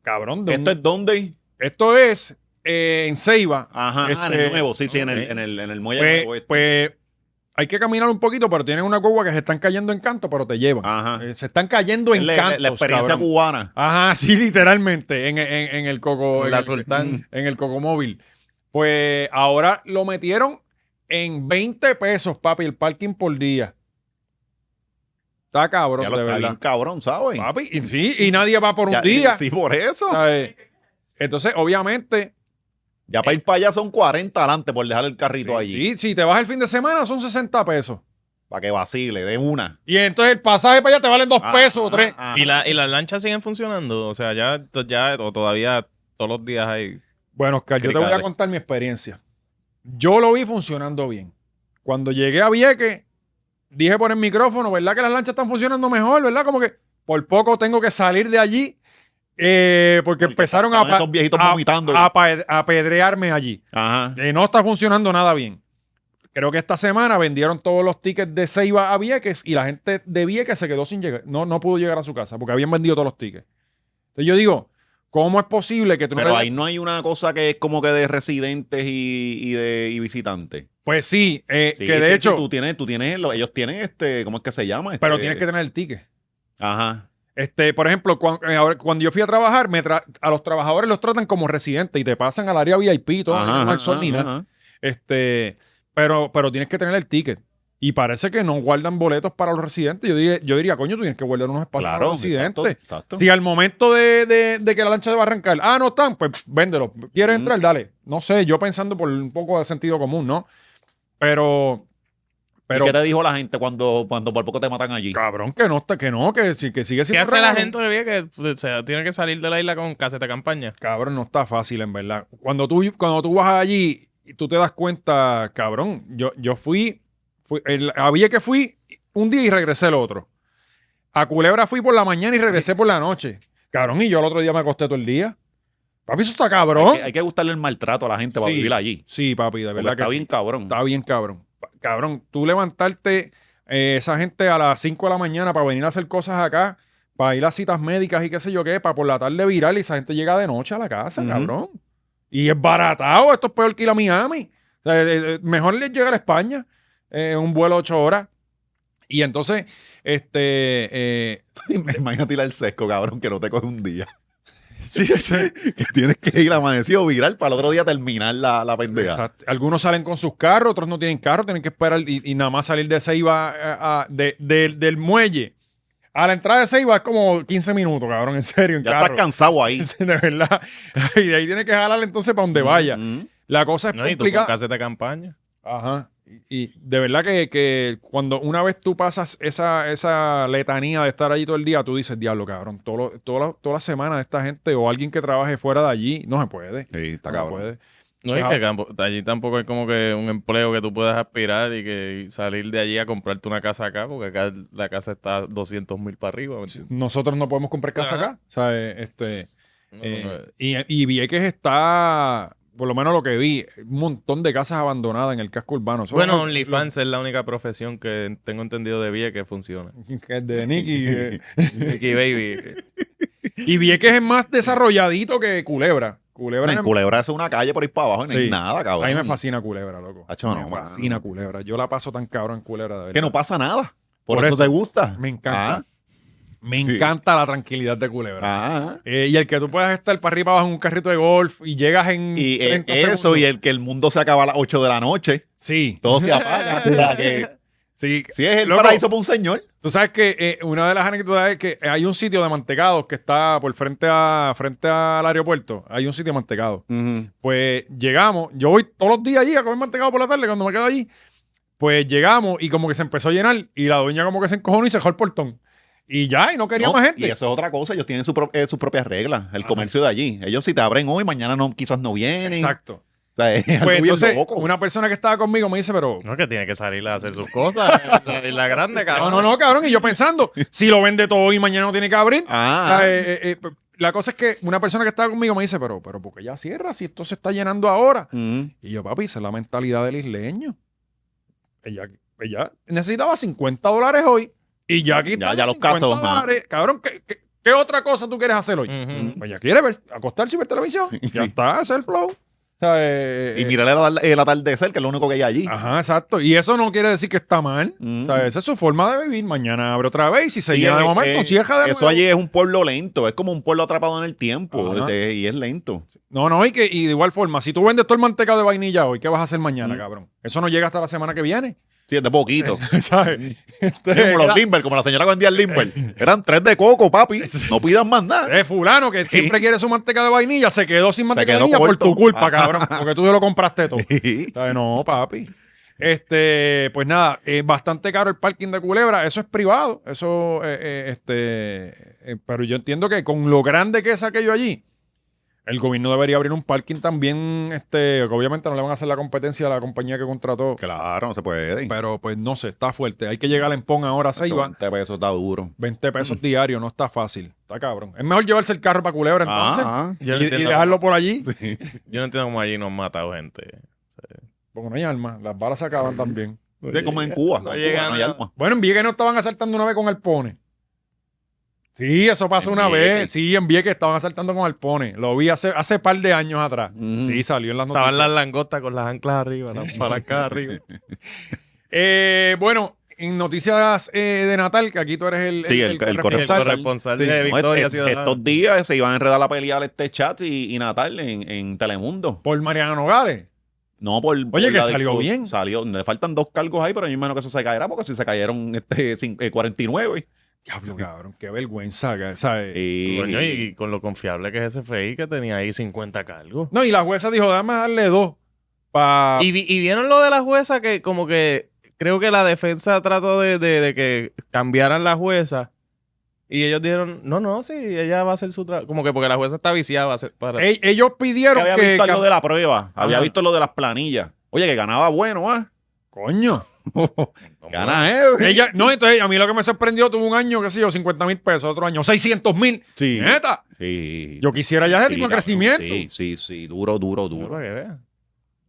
B: Cabrón, de un-
C: Esto es donde.
B: esto es eh, en Ceiba.
C: Ajá,
B: Este-
C: en el nuevo. Sí, sí, en el,
D: Ok.
C: en el, en el muelle
B: Pues,
C: nuevo este.
B: pues, hay que caminar un poquito, pero tienen una guagua que se están cayendo en canto, pero te llevan.
C: Ajá.
B: Eh, se están cayendo
C: Ah. Es
B: en
C: la, la-
B: canto.
C: la experiencia cubana.
B: Ajá, sí, literalmente, en, en- en el coco. en
D: La
B: el-
D: Sultán.
B: en el Cocomóvil. Pues ahora lo metieron en 20 pesos, papi, el parking por día. Está cabrón, de
C: Ya lo está bien
B: verdad.
C: cabrón, ¿sabes?
B: Papi, y, sí, y nadie va por un
C: Ya-
B: día.
C: Sí, por eso.
B: ¿sabes? Entonces, obviamente,
C: Ya para ir para allá son 40 adelante por dejar el carrito allí.
B: sí, si te vas el fin de semana son 60 pesos.
C: Para que vacile, de una.
B: Y entonces el pasaje para allá te valen 2
C: Ah,
B: pesos o
C: ajá,
B: 3.
C: ajá.
D: ¿Y, la, ¿Y las lanchas siguen funcionando? O sea, ya, to- ya o todavía todos los días hay...
B: Bueno, Oscar, yo te voy a
D: Criticable.
B: contar mi experiencia. Yo lo vi funcionando bien. Cuando llegué a Vieques, dije por el micrófono, ¿verdad? Que las lanchas están funcionando mejor, ¿verdad? Como que por poco tengo que salir de allí eh, porque, empezaron a,
C: estaban esos viejitos
B: a-
C: vomitando.
B: a pa- a apedrearme allí.
C: Ajá.
B: Eh, no está funcionando nada bien. Creo que esta semana vendieron todos los tickets de Ceiba a Vieques y la gente de Vieques se quedó sin llegar. No, no pudo llegar a su casa porque habían vendido todos los tickets. Entonces yo digo, ¿cómo es posible que tú no
C: Pero
B: le-
C: ahí no hay una cosa que es como que de residentes y, y de y visitantes.
B: Pues sí, eh,
C: Sí, este
B: que
C: sí,
B: de
C: sí,
B: hecho,
C: tú tienes, tú tienes, lo- ellos tienen este, ¿cómo es que se llama? Este-
B: pero tienes que tener el ticket.
C: Ajá.
B: Este, por ejemplo, cuan- eh, ahora, cuando yo fui a trabajar, me tra- a los trabajadores los tratan como residentes y te pasan al área VIP y todo,
C: ajá,
B: no
C: ajá,
B: hay sol ni
C: ajá,
B: nada.
C: ajá.
B: Este, pero, pero tienes que tener el ticket. Y parece que no guardan boletos para los residentes. Yo, diría- yo diría, coño, tú tienes que guardar unos espacios para
C: Claro,
B: los residentes.
C: exacto, exacto.
B: Si al momento de, de- de que la lancha deba arrancar, ah, no están, pues véndelo. ¿Quieres
C: Mm.
B: entrar? Dale. No sé, yo pensando por un poco de sentido común, ¿no? Pero,
C: ¿Y
B: pero,
C: ¿Qué te dijo la gente cuando, cuando por poco te matan allí?
B: cabrón, que no, está- que no, que, si- que sigue
D: ¿Qué
B: siendo
D: hace la
B: regalo.
D: gente de bien que pues, se tiene que salir de la isla con caseta de campaña?
B: Cabrón, no está fácil, en verdad. Cuando tú, cuando tú vas allí y tú te das cuenta, cabrón, yo, yo fui, fui el- había que fui un día y regresé el otro. A Culebra fui por la mañana y regresé por la noche. Cabrón, y yo el otro día me acosté todo el día. Papi, eso está cabrón.
C: Hay, que, hay que gustarle el maltrato a la gente para
B: Sí.
C: vivir allí.
B: Sí, papi, de
C: Porque
B: verdad
C: está
B: que
C: bien
B: sí.
C: cabrón.
B: está bien cabrón. Pa- Cabrón, tú levantarte eh, esa gente a las 5 de la mañana para venir a hacer cosas acá, para ir a citas médicas y qué sé yo qué, para por la tarde viral y esa gente llega de noche a la casa,
C: Ujú.
B: cabrón. Y es baratado, esto es peor que ir a Miami. O sea, eh, eh, mejor les llegar a España eh, un vuelo de 8 horas. Y entonces, este... eh,
C: Imagínate ir al sesco, cabrón, que no te coge un día.
B: sí, sí.
C: Que tienes que ir amanecido viral para el otro día terminar la, la pendeja.
B: Exacto. Algunos salen con sus carros, otros no tienen carro, tienen que esperar y, y nada más salir de Ceiba eh, a- a- de- del- del muelle. A la entrada de Ceiba es como 15 minutos, cabrón, en serio, en
C: Ya
B: carro.
C: estás cansado ahí.
B: de verdad. Y de ahí tienes que jalar entonces para donde vaya.
C: Mm,
B: La cosa es
D: No, y tú con
B: complicada.
D: caseta de campaña.
B: Ajá. Y, y de verdad que, que cuando una vez tú pasas esa, esa letanía de estar allí todo el día, tú dices, diablo, cabrón, todo lo- toda la- toda la semana de esta gente o alguien que trabaje fuera de allí, no se puede.
C: Sí, está
B: no se
C: cabrón.
B: puede.
D: No, es
B: Ah.
D: que campo- allí tampoco hay como que un empleo que tú puedas aspirar y que y salir de allí a comprarte una casa acá, porque acá la casa está 200 mil para arriba. ¿me entiendes?
B: nosotros no podemos comprar casa
D: Ajá.
B: acá. O sea, eh, este,
D: No,
B: eh,
D: no,
B: y, y Vieques está, por lo menos lo que vi, un montón de casas abandonadas en el casco urbano. Eso
D: Bueno,
B: lo-
D: OnlyFans es la única profesión que tengo entendido de Vía que funciona.
B: lo- que es de Nicky. eh.
D: Nicky Baby.
B: y Vieques es más desarrolladito que Culebra. Culebra
C: En
B: es-
C: Culebra es una calle por ahí para abajo, no hay
B: Sí.
C: nada, cabrón.
B: A mí me fascina Culebra, loco.
C: Hacho,
B: me
C: no, mano.
B: fascina Culebra. Yo la paso tan cabrón en Culebra, de verdad.
C: Que no pasa nada. Por,
B: Por
C: eso,
B: eso.
C: te gusta.
B: Me encanta. Me
C: Ah, Sí.
B: encanta la tranquilidad de
C: Ah,
B: Culebra.
C: ah, ah.
B: Eh, y el que tú puedas estar para arriba abajo en un carrito de golf y llegas en
C: Y eh,
B: 30
C: eso,
B: segundos.
C: y el que el mundo se acaba a las 8 de la noche,
B: Sí,
C: todo se apaga.
E: Sí.
C: O sea, que
B: sí.
C: si es el
B: Loco.
C: paraíso para un señor.
B: Tú sabes que eh, una de las anécdotas es que hay un sitio de mantecados que está por frente a frente al aeropuerto. Hay un sitio de mantecados.
C: Ujú.
B: Pues llegamos, yo voy todos los días allí a comer mantecado por la tarde cuando me quedo allí. Pues llegamos y como que se empezó a llenar y la dueña como que se encojonó y se dejó el portón. Y ya, y no quería
C: No,
B: más
C: y
B: gente.
C: eso es otra cosa, ellos tienen su pro- eh, sus propias reglas, el comercio de allí. Ellos si te abren hoy, mañana no, quizás no vienen.
B: Exacto.
C: O sea, es algo
B: Pues
C: bien
B: entonces,
C: loco.
B: una persona que estaba conmigo me dice, pero
D: No, que tiene que salir a hacer sus cosas. La isla grande,
B: No,
D: cabrón.
B: no, no, cabrón. Y yo pensando, si lo vende todo y mañana no tiene que abrir.
C: Ah.
B: O sea, eh, eh, eh, p- la cosa es que una persona que estaba conmigo me dice, pero, pero, ¿por qué ya cierra si esto se está llenando ahora?
C: Ujú.
B: Y yo, papi, esa es la mentalidad del isleño. Ella, ella necesitaba 50 dólares hoy y ya aquí
C: Ya-
B: están
C: ya los casos,
B: 50
C: ajá. Mm.
B: dólares. Cabrón, ¿qué, qué, qué otra cosa tú quieres hacer hoy?
D: Ujú.
B: Pues ella quiere ver, acostarse y ver televisión. Ya
C: sí.
B: está, ese es el flow. O sea, eh,
C: Y
B: eh,
C: mirarle el, el atardecer, que es lo único que hay allí.
B: Ajá, exacto. Y eso no quiere decir que está mal.
C: Mm.
B: O sea, esa es su forma de vivir. Mañana abre otra vez y si se
C: Sí,
B: llena de
C: eh,
B: momento,
C: eh,
B: cierra de
C: Eso
B: nuevo.
C: allí es un pueblo lento, es como un pueblo atrapado en el tiempo
B: Ajá.
C: este, y es lento.
B: No, no, y, que, y de igual forma, si tú vendes todo el mantecado de vainilla hoy, ¿qué vas a hacer mañana,
C: Mm.
B: cabrón? Eso no llega hasta la semana que viene.
C: Sí, es de poquito.
B: ¿Sabes? Este,
C: Sí, como los
B: era-
C: Limber, como la señora que vendía el Limber. Eran tres de coco, papi. No pidan más nada.
B: eh, fulano que siempre quiere su manteca de vainilla, se quedó sin manteca
C: quedó
B: de vainilla
C: corto.
B: por tu culpa,
C: Ajá.
B: cabrón, porque tú te lo compraste todo.
C: Sí.
B: ¿Sabes? No, papi. Este, pues nada, es bastante caro el parking de Culebra, eso es privado, eso, eh, eh, este, eh, pero yo entiendo que con lo grande que es aquello allí, El gobierno debería abrir un parking también, este, que obviamente no le van a hacer la competencia a la compañía que contrató.
C: Claro, no se puede.
B: Pero pues no sé, está fuerte. Hay que llegar al empón ahora, se iba.
C: 20 pesos está Mm. duro.
B: 20 pesos diarios, no está fácil. Está cabrón. Es mejor llevarse el carro para culebra entonces.
C: Ajá.
B: Y,
D: Yo no
B: y
D: entiendo
B: dejarlo por allí.
D: Yo no entiendo cómo allí no han matado gente.
B: Porque no hay armas. Las balas se acaban también.
C: Sí, como
B: eh,
C: en Cuba.
D: No
C: en
D: llega
C: Cuba no hay
D: nada.
C: alma.
B: Bueno, en Vieques no estaban asaltando una vez con arpones. Sí, eso pasó
C: En
B: una
C: Vieques.
B: vez. Sí, en Vieques estaban asaltando con arpones. Lo vi hace, hace par de años atrás.
C: Ujú.
B: Sí, salió en las noticias.
D: Estaban las langostas con las anclas arriba, las palancas arriba.
B: Eh, bueno, en noticias eh, de Natal, que aquí tú eres el,
C: Sí, el- el
D: El
C: Corresponsal.
D: corresponsal
B: Sí.
D: de
C: No,
D: Victoria
C: est-
D: Ciudadana.
C: estos días se iban a enredar la pelea de este chat y, y Natal en, en Telemundo.
B: Por Mariana Nogales.
C: No por. por
B: que
C: la
B: salió
C: discu-
B: bien.
C: Salió. Le faltan dos cargos ahí, pero yo imagino que eso se caerá porque si se cayeron este, cin- eh, 49.
B: Diablo, cabrón, qué vergüenza. ca- ¿sabes?
C: eh, Y,
D: Coño, y con lo confiable que es ese FI que tenía ahí 50 cargos.
B: No, y la jueza dijo, dame darle dos. Pa...
D: Y, vi- y vieron lo de la jueza que como que creo que la defensa trató de, de- de que cambiaran la jueza. Y ellos dijeron, no, no, sí, ella va a hacer su trabajo. Como que porque la jueza está viciada va a hacer- para...
B: E- ellos
C: que
B: pidieron
C: había
B: que...
C: visto
B: que-
C: algo de la prueba. Había
D: Ajá.
C: visto lo de las planillas. Oye, que ganaba bueno, ¿ah?
B: Coño.
C: Gana, ¿eh?
B: Ella, no, entonces a mí lo que me sorprendió tuvo un año, qué sé yo, 50 mil pesos, otro año, 600 mil.
C: Sí.
B: Neta,
C: sí.
B: yo quisiera ya ese
C: Sí,
B: tipo de
C: cabrón,
B: crecimiento.
C: Sí, sí, sí. Duro, duro,
D: Para
C: duro.
D: que vea.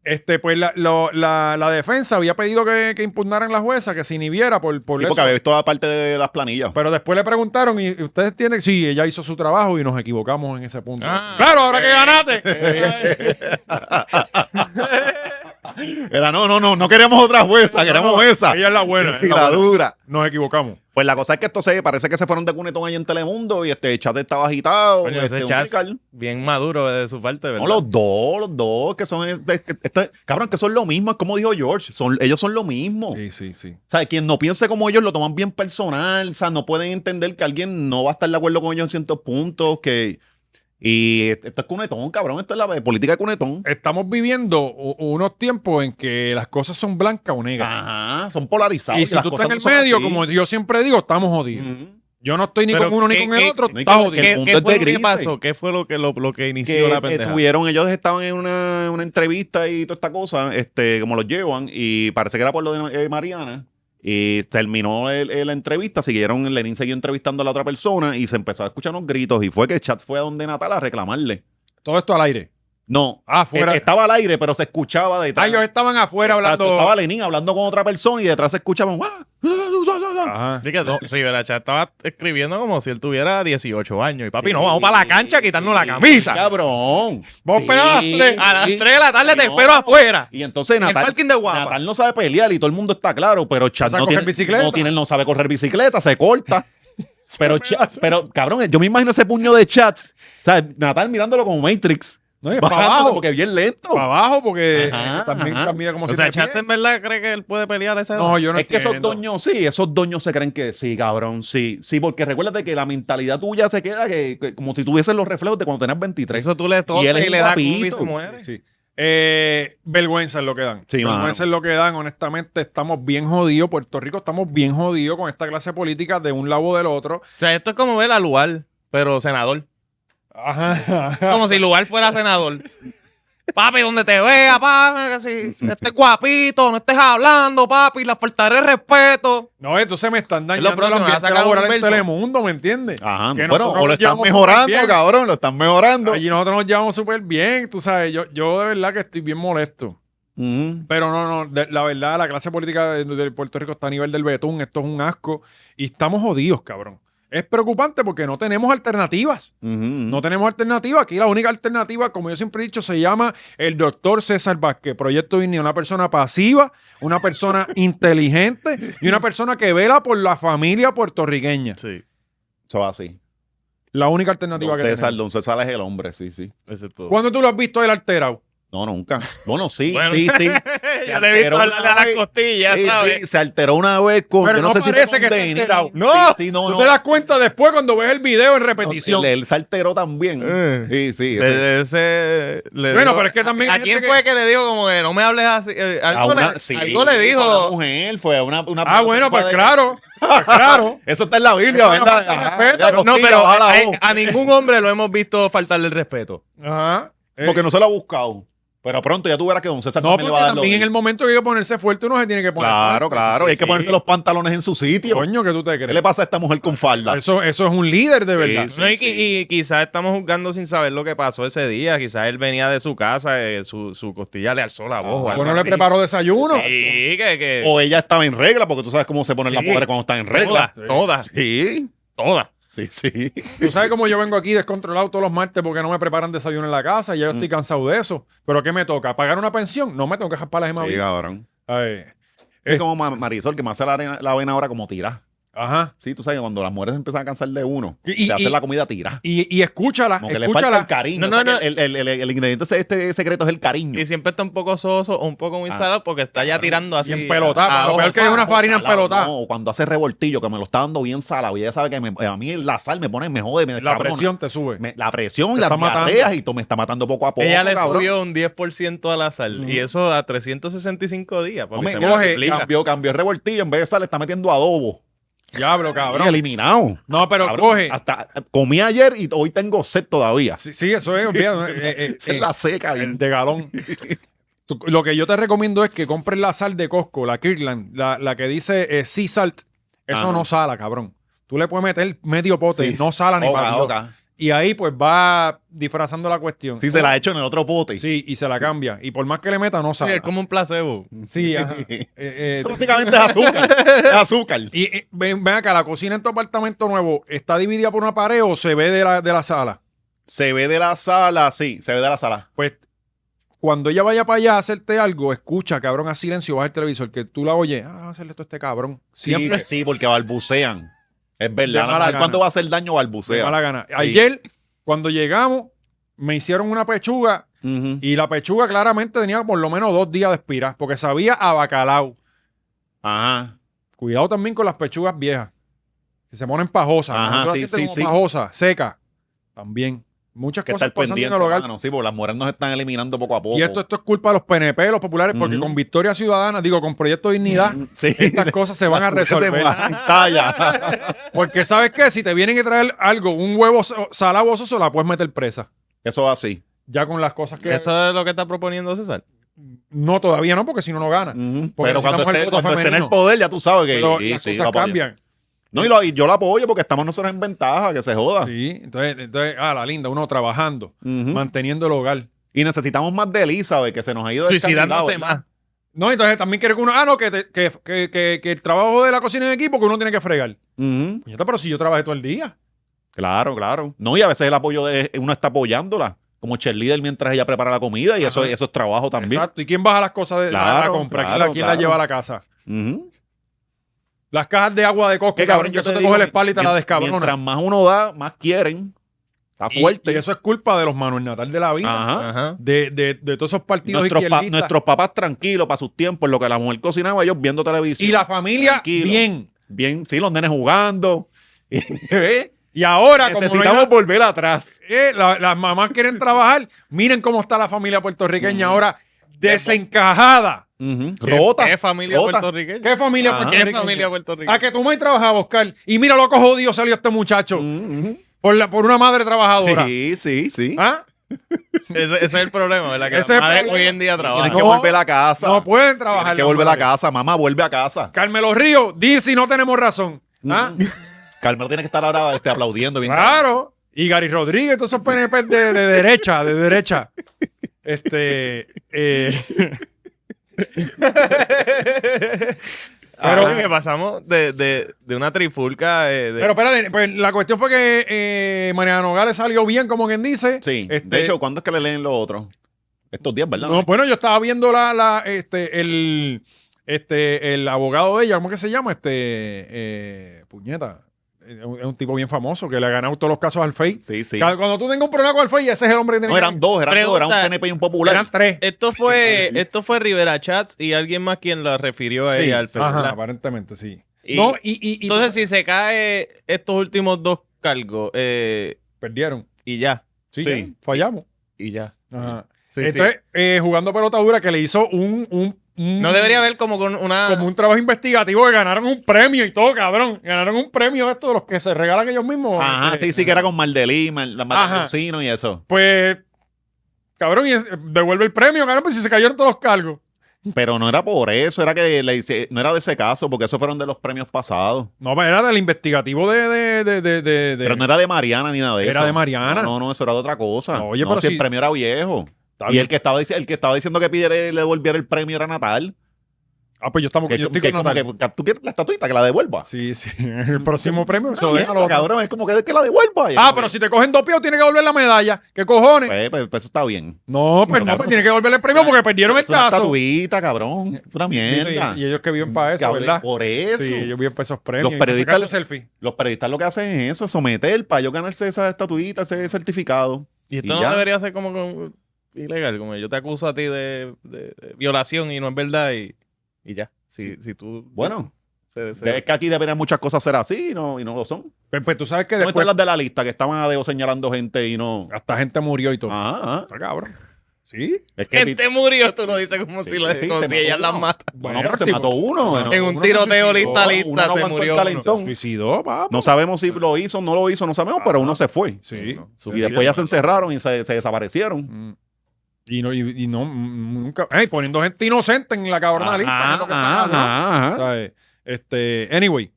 B: Este, pues la, lo- la- la defensa había pedido que, que impugnaran la jueza, que se inhibiera por, por
C: Sí,
B: eso.
C: porque había visto la parte de las planillas.
B: Pero después le preguntaron y ustedes tienen. Sí, ella hizo su trabajo y nos equivocamos en ese punto.
D: Ah, Eh,
B: claro, ahora
D: ok.
B: que ganaste.
C: Era, no, no, no, no queremos otra jueza, queremos esa.
B: Ella es la buena. es
C: Y
B: la
C: la
B: buena.
C: dura.
B: Nos equivocamos.
C: Pues la cosa es que esto se parece que se fueron de cunetón ahí en Telemundo y este chat estaba agitado.
D: Coño,
C: este,
D: ese
C: un
D: Chas
C: pical.
D: bien maduro de su parte, ¿verdad?
C: No, los dos, los dos, que son. este- este- este- cabrón, que son lo mismo, es como dijo George. Son, ellos son lo mismo.
B: Sí, sí, sí.
C: O sea, quien no piense como ellos lo toman bien personal. O sea, no pueden entender que alguien no va a estar de acuerdo con ellos en ciertos puntos. Que, y este- esto es cunetón, cabrón. Esto es la política de cunetón.
B: Estamos viviendo u- unos tiempos en que las cosas son blancas o negras.
C: Ajá, son polarizados.
B: Eh, y si
C: Ah, las
B: tú
C: cosas
B: estás en el
C: no son
B: medio,
C: así.
B: como yo siempre digo, estamos jodidos.
C: Ujú.
B: Yo no estoy ni
D: Pero
B: con uno ni
D: que-
B: con el
D: que-
B: otro.
C: que-
B: Está
C: que-
B: jodido.
C: El
D: ¿Qué,
C: mundo
D: qué
C: es
D: fue
C: de
D: lo que
C: grises.
D: pasó? ¿Qué fue lo que, lo, lo que inició
C: que
D: la pendeja?
C: estuvieron, ellos estaban en una, una entrevista y toda esta cosa, este, como los llevan, y parece que era por lo de eh, Mariana. Y terminó el- el- la entrevista, siguieron, Lenin siguió entrevistando a la otra persona y se empezó a escuchar unos gritos. Y fue que Chat fue a donde Natal a reclamarle.
B: Todo esto al aire.
C: No,
B: Ah, fuera.
C: eh, estaba al aire, pero se escuchaba
B: Ah,
C: detrás.
B: ellos estaban afuera
C: Exacto,
B: hablando.
C: Estaba Lenin hablando con otra persona y detrás se "Ah, escuchaban. "Guau, guau, guau, guau, guau".
B: Ajá.
D: Así que no, Rivera Chat estaba escribiendo como si él tuviera 18 años. Y papi, no, vamos para la cancha a quitarnos la camisa.
C: Cabrón.
B: Vamos a esperar a las tres.
D: a las
C: Sí.
D: 3 de la tarde te
C: No.
D: espero afuera.
C: Y entonces Natal,
D: parking de Guapa.
C: Natal no sabe pelear y todo el mundo está claro, pero Chad
B: No sabe
C: no,
B: correr
C: tiene,
B: bicicleta.
C: no tiene- no sabe correr bicicleta, se corta. pero, Chad- pero cabrón, yo me imagino ese puño de Chad. O sea, Natal mirándolo como Matrix.
B: No, y para
C: bajándolo
B: abajo.
C: Porque bien lento.
B: Para abajo, porque
C: Ajá,
B: también
C: ajá.
B: mide como
D: O
B: si
D: sea, Chat en verdad cree que él puede pelear a esa edad.
B: No, yo no
C: es que esos
B: entiendo.
C: doños, sí, esos doños se creen que sí, cabrón, sí. Sí, porque recuérdate que la mentalidad tuya se queda que, que como si tuviesen los reflejos de cuando tenías 23.
D: Eso tú le toses
C: Y
D: y,
C: él es
D: le das
C: guapito.
D: cubi y se muere.
B: Sí, sí. Eh, vergüenza es lo que dan.
C: Sí,
B: vergüenza
C: mano.
B: es lo que dan. Honestamente, estamos bien jodidos. Puerto Rico estamos bien jodidos con esta clase política de un lado o del otro.
D: O sea, esto es como ver a Lugar, pero senador.
B: Ajá.
D: Como si Lugar fuera senador. Papi, donde te vea, papi, si si estés guapito, no estés hablando, papi, la faltaré el respeto.
B: No, entonces me están dañando
D: Es lo próximo,
B: el
D: va a
B: ambiente
D: sacar un
B: laboral en
D: verso.
B: Telemundo, ¿me entiendes?
C: Ajá,
B: Que
C: bueno,
B: nosotros
C: o lo
B: nos
C: están
B: llevamos
C: mejorando,
B: bien.
C: cabrón, lo están mejorando.
B: Allí nosotros nos llevamos súper bien, tú sabes. Yo, yo de verdad que estoy bien molesto.
C: Ujú.
B: Pero no, no, de- la verdad, la clase política de, de Puerto Rico está a nivel del betún, esto es un asco y estamos jodidos, cabrón. Es preocupante porque no tenemos alternativas.
C: Ujú, ujú.
B: No tenemos alternativa. Aquí la única alternativa, como yo siempre he dicho, se llama el doctor César Vázquez. Proyecto Dignidad, una persona pasiva, una persona inteligente y una persona que vela por la familia puertorriqueña.
D: Sí,
C: Eso va así.
B: La única alternativa
C: Don
B: que
C: César,
B: tenemos.
C: don César es el hombre, sí, sí.
D: excepto.
B: ¿Cuándo tú lo has visto él alterado?
C: No, nunca. Bueno, sí,
D: Bueno.
C: sí, sí. Se
D: Ya le he
C: alteró
D: visto hablarle a
C: una
D: las
C: vez.
D: costillas,
C: Sí,
D: ¿sabes?
C: sí, se alteró una vez con.
B: Pero
C: yo
B: no
C: sé si
B: parece
C: fue con
B: que esté
C: Denis.
B: enterado.
C: Sí,
B: No.
C: sí, no,
B: Tú
C: no.
B: te das cuenta después cuando ves el video en
C: No,
B: repetición.
C: Él, él se alteró también.
D: Eh.
C: Sí, sí.
D: Le- le- ese- le
B: Bueno,
D: dijo-
B: pero es que también
D: ¿A
B: hay
D: quién
B: gente
D: fue que le dijo como que no me hables así? Eh,
C: A
D: algo,
C: una-
D: le,
C: sí,
D: algo le
C: fue a una
D: dijo.
C: mujer, fue a una, una
B: Ah, bueno, pues claro. pues claro.
C: Eso está en la Biblia, ¿verdad? Ajá, ya
D: No,
C: costilla,
D: pero
C: baja la
D: a,
C: voz.
D: a ningún hombre lo hemos visto faltarle el respeto.
B: Ajá. Eh,
C: Porque no se lo ha buscado. Pero pronto ya tú verás que Don César
B: no, porque
C: también le va a dar lo
B: también en
C: de-
B: el momento que hay que ponerse fuerte uno se tiene que poner
C: Claro,
B: fuerte.
C: claro. y hay
B: Sí,
C: que
B: sí.
C: ponerse los pantalones en su sitio.
B: Coño, que tú te
C: ¿Qué
B: crees.
C: le pasa a esta mujer con falda?
B: Eso, eso es un líder de verdad.
C: Sí,
D: No, y,
C: sí.
D: qui- y quizás estamos juzgando sin saber lo que pasó ese día. Quizás él venía de su casa, eh, su, su costilla le alzó la voz. o algo
B: Bueno, le
D: así.
B: preparó desayuno.
D: Sí, que. que
C: O ella estaba en regla, porque tú sabes cómo se ponen las
D: Sí.
C: mujeres cuando están en regla.
D: todas, todas,
C: Sí,
D: todas.
C: sí, sí.
B: Tú sabes cómo yo vengo aquí descontrolado todos los martes porque no me preparan desayuno en la casa y ya yo
C: Mm.
B: estoy cansado de eso. Pero ¿qué me toca? ¿Pagar una pensión? No me tengo que jaspar las
C: Sí,
B: gemas.
C: cabrón.
B: Eh.
C: Es como Ma- Marisol, que me hace la, arena- la vena ahora como tirar.
B: Ajá.
C: Sí, tú sabes que cuando las mujeres empiezan a cansar de uno,
B: Y- y-
C: te hacen
B: y-
C: la comida tira.
B: Y, y escúchala,
C: Como que le falta
B: escúchala.
C: el cariño.
D: No, no,
C: O sea,
D: no.
C: que El, el- el- el ingrediente de este secreto es el cariño.
D: Y siempre está un poco soso o un poco muy
C: Ah,
D: salado porque está ya tirando así.
B: Y en pelota,
D: a- a
B: lo
D: ojo
B: peor que es
D: alfajor.
B: una farina en
C: Salado,
B: pelota.
C: No, cuando hace revoltillo, que me lo está dando bien salado. Y ella sabe que me- a mí la sal me pone, me jode, me
B: La
C: descabrona.
B: presión te sube.
C: Me- la presión,
B: Te
C: las
B: está matando.
C: diarreas y todo me está matando poco a poco.
D: Ella le
C: cabrón.
D: subió un 10% a la sal.
C: Ujú.
D: Y eso a 365 días. papi,
C: Hombre,
D: se
C: mira,
D: multiplica.
C: cambió, cambió el revoltillo, en vez de sal le está metiendo adobo.
B: Diablo,
C: Y
B: cabrón.
C: eliminado.
B: No, pero
C: Cabrón,
B: coge.
C: Hasta comí ayer y hoy tengo sed todavía.
B: Sí, sí, eso es. olvídate, eh, eh,
C: Esa
B: eh,
C: es la seca.
B: el
C: bien.
B: de galón. Tú- lo que yo te recomiendo es que compres la sal de Costco, la Kirkland, la, la que dice eh, Sea Salt. Eso
C: Ajá.
B: no sala, cabrón. Tú le puedes meter medio pote,
C: Sí,
B: no sala ni
C: Oca,
B: para Dios.
C: oca.
B: Y ahí pues va disfrazando la cuestión.
C: Sí, se la ha hecho en el otro pote.
B: Sí, y se la cambia. Y por más que le meta, no
D: Sí,
B: sala.
D: es como un placebo.
B: Sí, ajá. Eh, eh,
C: Básicamente es azúcar. es azúcar.
B: y eh, ven, ven acá, la cocina en tu apartamento nuevo, ¿está dividida por una pared o se ve de la, de la sala?
C: Se ve de la sala, sí, se ve de la sala.
B: Pues cuando ella vaya para allá a hacerte algo, escucha, cabrón, a silencio, baja el televisor, que tú la oyes, ah, va a hacerle esto a este cabrón.
C: Sí,
B: Siempre.
C: sí, porque barbucean. Es verdad.
B: De
C: la
B: mala
C: mujer
B: gana.
C: cuando va a hacer daño
B: Me da
C: balbucea?
B: la gana. Ayer, cuando llegamos, me hicieron una pechuga
C: Ujú.
B: y la pechuga claramente tenía por lo menos dos días de espirar, porque sabía a bacalao.
C: Ajá.
B: Cuidado también con las pechugas viejas, que se ponen pajosas.
C: Ajá,
B: Cuando tú las
C: sí,
B: sientes
C: sí,
B: como
C: sí.
B: pajosas, seca. También. Muchas
C: Que
B: cosas
C: estar
B: pasan en
C: pendiente.
B: el hogar.
C: mano. Sí, porque las mujeres nos están eliminando poco a poco.
B: Y esto, esto es culpa de los PNP, los populares, porque
C: Ujú.
B: con Victoria Ciudadana, digo, con Proyecto Dignidad,
C: Sí.
B: estas cosas se van a resolver.
C: Pantalla.
B: Porque, ¿sabes qué? Si te vienen a traer algo, un huevo so- salado o soso, la puedes meter presa.
C: Eso es así.
B: Ya con las cosas que...
D: Eso es lo que está proponiendo César.
B: No, todavía no, porque si no, no gana.
C: Ujú.
B: Porque
C: Pero cuando
B: necesitamos el
C: esté,
B: voto
C: cuando esté en
B: femenino.
C: el poder, ya tú sabes que.
B: Pero
C: Mm, sí,
B: las
C: sí, lo
B: cosas
C: apoyo.
B: cambian.
C: No, y, lo- y yo la apoyo porque estamos nosotros en ventaja, que se joda.
B: Sí, entonces, entonces, ah, la linda, uno trabajando,
C: Ujú.
B: manteniendo el hogar.
C: Y necesitamos más de este Elizabeth, que se nos ha ido del
D: Suicidándose
C: carrilado,
D: más.
C: ¿verdad?
B: No, entonces también quiere que uno, ah, no, que, te- que, que, que- que el trabajo de la cocina en equipo que uno tiene que fregar.
C: Ujú.
B: Puñeta, pero si yo trabajé todo el día.
C: Claro, claro. No, y a veces el apoyo de uno está apoyándola como cheerleader mientras ella prepara la comida y eso,
B: Ajá.
C: eso es trabajo también.
B: Exacto. ¿Y quién baja las cosas de de la,
C: Claro,
B: compra? ¿Quién,
C: claro,
B: la, quién
C: claro.
B: la lleva a la casa?
C: Ujú.
B: Las cajas de agua de Costco,
C: Que,
B: cabrón, que eso
C: te
B: te,
C: digo,
B: coge la espalda y te la
C: mien-
B: descabrona.
C: Mientras más uno da, más quieren. Está
B: Y-
C: fuerte.
B: Y, eso es culpa de los Manuel Natal de la vida.
C: Ajá.
D: Ajá.
B: De, de, de todos esos partidos
C: Nuestros, pa-
B: izquierdistas.
C: nuestros papás tranquilos para sus tiempos, en lo que la mujer cocinaba, ellos viendo televisión.
B: y la familia,
C: Tranquilo.
B: bien.
C: Bien, sí, los nenes jugando. ¿Eh?
B: Y ahora, como no hay
C: Necesitamos
B: nada-
C: volver atrás.
B: eh, la- las mamás quieren trabajar. Miren cómo está la familia puertorriqueña ahora desencajada.
C: Ujú.
D: ¿Qué-
C: Rota.
D: ¿Qué familia
C: rota.
D: puertorriqueña?
B: ¿Qué familia
C: Ajá.
B: puertorriqueña?
D: ¿Qué familia puertorriqueña?
B: A que tú me trabajabas, Oscar. Y mira lo que jodido salió este muchacho.
C: Ujú.
B: Por, la, por una madre trabajadora.
C: Mm. Sí, sí, sí.
B: ¿Ah?
D: Ese, ese es el problema, ¿verdad? Que
B: Ese
D: la
B: es el
D: madre
B: problema.
D: hoy en día
C: Tienes
D: trabaja.
C: que
B: No,
C: volver a casa.
B: No pueden
C: Tienes
B: trabajar.
C: que
B: las
C: volver a
B: madres.
C: casa. Mamá, vuelve a casa.
B: Carmelo Río, di si no tenemos razón. ¿Ah?
C: Ujú. Carmelo tiene que estar ahora este, aplaudiendo. bien.
B: Claro. Y Gary Rodríguez, todos esos PNP de, de derecha, de derecha. Este. eh,
D: Pero
C: Ah.
D: que pasamos de, de, de una trifulca eh, de,
B: pero espérate, pues la cuestión fue que eh, Mariano Nogales salió bien, como quien dice.
C: Sí.
B: Este,
C: De hecho, ¿cuándo es que le leen los otros? Estos días, ¿verdad?
B: no, bueno, yo estaba viendo la, la, este, el, este, el abogado de ella, ¿cómo que se llama? Este, eh, puñeta. es un, es un tipo bien famoso que le ha ganado todos los casos al FEI.
C: Sí, sí.
B: Cada- Cuando tú tengas un problema con el FEI, ese es el hombre que pues, tiene que-
C: No, eran dos, eran dos, era un
D: Pregunta-
C: PNP y un popular.
B: Eran tres.
D: Esto fue, esto fue Rivera Chats y alguien más quien lo refirió a
B: Sí,
D: ella al Facebook,
B: ajá,
D: ¿verdad?
B: aparentemente, sí.
D: Y-
B: no, y, y- y-
D: Entonces, si se cae estos últimos dos cargos, eh,
B: perdieron.
D: y ya,
B: Sí,
C: Sí.
B: ya, fallamos.
D: y ya.
B: Ajá.
D: Sí, sí.
B: Entonces, eh, jugando pelota dura, que le hizo un. un-
C: Ah,
B: un-
D: No debería haber como con una.
B: Como un trabajo investigativo que ganaron un premio y todo, cabrón. Ganaron un premio de estos, los que se regalan ellos mismos.
C: Ajá,
B: Eh,
C: sí, sí, que era con Mardelí, Mar- la
B: Ajá.
C: Mardelí y eso.
B: Pues, cabrón, y es- devuelve el premio, cabrón, pues si se cayeron todos los cargos.
C: Pero no era por eso, era que le hice- no era de ese caso, porque esos fueron de los premios pasados.
B: No, pero era del investigativo de. de, de, de, de- de-
C: Pero no era de Mariana ni nada de
B: Este, Era
C: eso.
B: de Mariana.
C: No, no, eso era de otra cosa.
B: No, oye,
C: No,
B: pero
C: si el
B: si-
C: premio era viejo.
B: Está
C: Y
B: bien.
C: el que estaba, dic- el que estaba diciendo que pidiera, le devolviera el premio era Natal.
B: Ah, pues yo, estamos,
C: Que,
B: yo estoy
C: que-
B: con
C: como
B: Natal.
C: que- que tú quieres la estatuita, que la devuelva.
B: Sí, sí. El próximo premio se
C: Ah,
B: lo deja a los
C: mierda,
B: otros.
C: cabrón, es como que, que la devuelva. Y
B: Ah,
C: eso,
B: pero
C: pues,
B: si te cogen dos pies, tiene que devolver la medalla. ¿Qué cojones?
C: pues, pues, pues eso está bien.
B: no, pues no,
C: claro.
B: pues tiene que devolver el premio porque perdieron el
C: Es una
B: Pues caso.
C: estatuita, cabrón. Es una mierda.
B: Y, y ellos que viven para eso,
C: Cabrón,
B: ¿verdad?
C: Por eso.
B: Sí, ellos viven para esos premios.
C: Los
B: Y para
C: periodistas-
B: sacarse selfie.
C: Los periodistas lo que hacen es eso, someter para yo ganarse esa estatuita, ese certificado.
D: y esto no
C: ya.
D: debería ser como con- ilegal, como yo te acuso a ti de, de- de violación y no es verdad, y, y ya. Si, si tú.
C: Bueno,
D: se- se-
C: es que aquí deberían muchas cosas ser así y no, y no lo son.
B: Pues, pues tú sabes que
C: ¿Dónde
B: después
C: están las de la lista que estaban a dedo señalando gente y no?
B: hasta gente murió y todo.
C: Ah, ah.
B: Está cabrón. Sí.
C: Es que
D: Gente murió, tú lo dices como
C: Sí,
D: si, la,
C: sí,
D: como
C: se
D: si
C: mató
D: ellas las
C: uno.
D: matan.
C: Bueno, pero se mató uno, bueno.
D: En un
B: uno se
D: tiroteo
B: suicidó,
D: lista, lista,
C: uno no
D: se
C: aguantó el
D: murió
C: talento.
B: Se suicidó, papo.
C: no sabemos si lo hizo, no lo hizo, no sabemos, pero uno se fue.
B: Sí.
C: Y después ya se encerraron y se, se desaparecieron.
B: Mm. Y no, y, y no, mm, nunca. Ey, poniendo gente inocente en la cabrona lista. que es lo que están
C: Ajá,
B: hablando.
C: ajá, ajá.
B: ¿sabes? Este, anyway.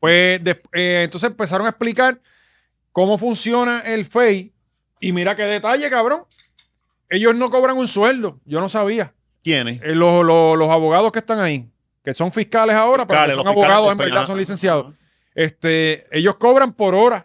B: Pues des- eh, entonces empezaron a explicar cómo funciona el FEI. Y mira qué detalle, cabrón. Ellos no cobran un sueldo. Yo no sabía.
C: ¿Quiénes?
B: Eh, los, los- los abogados que están ahí, que son fiscales ahora,
C: Fiscales,
B: pero que
C: los
B: son abogados
C: fiscales
B: en
C: del
B: verdad,
C: FEI,
B: son
C: ajá.
B: licenciados. Este, ellos cobran por hora.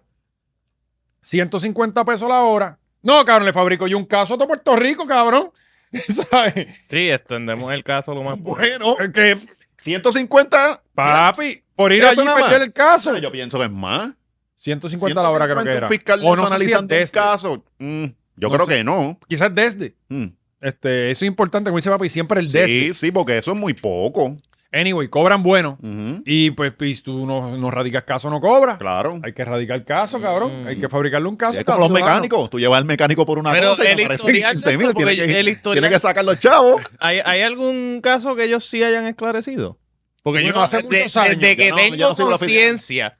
B: 150 pesos la hora. No, cabrón, le fabrico yo un caso a todo Puerto Rico, cabrón. ¿Sabes?
D: Sí, extendemos el caso lo más.
C: Bueno,
B: Que,
C: 150.
B: Eh, papi, por ir
C: Eso
B: allí y
C: nada más.
B: perder el caso.
C: Yo pienso que es más.
B: 150 la hora creo que
C: 150
B: era.
C: fiscal
B: O no sé si
C: analizando
B: es
C: un
B: desde.
C: caso. Mm, yo
B: No
C: creo
B: sé.
C: que no.
B: Quizás desde.
C: Mm.
B: Este, eso es importante, como dice papi, siempre el desde.
C: Sí, sí, porque eso es muy poco.
B: Anyway, cobran bueno.
C: Ujú,
B: Y pues, pues, tú no, no radicas caso, no cobras.
C: Claro.
B: Hay que radicar caso, cabrón.
D: Mm.
B: Hay que fabricarle un caso.
C: Es
B: a
C: como
B: cada
C: los
B: ciudadano.
C: mecánicos. Tú llevas al mecánico por una
D: Pero
C: cosa y
D: el
C: te aparecen
D: historial,
C: 15 mil.
D: porque
C: Tienes que,
D: el historial-
C: tienes que sacar los chavos.
D: ¿Hay, ¿Hay algún caso que ellos sí hayan esclarecido? Porque yo
B: Bueno, hace
D: de-
B: muchos
D: de-
B: años,
D: desde que
C: ya no- ya no
D: tengo
C: sigo la oficina.
D: conciencia,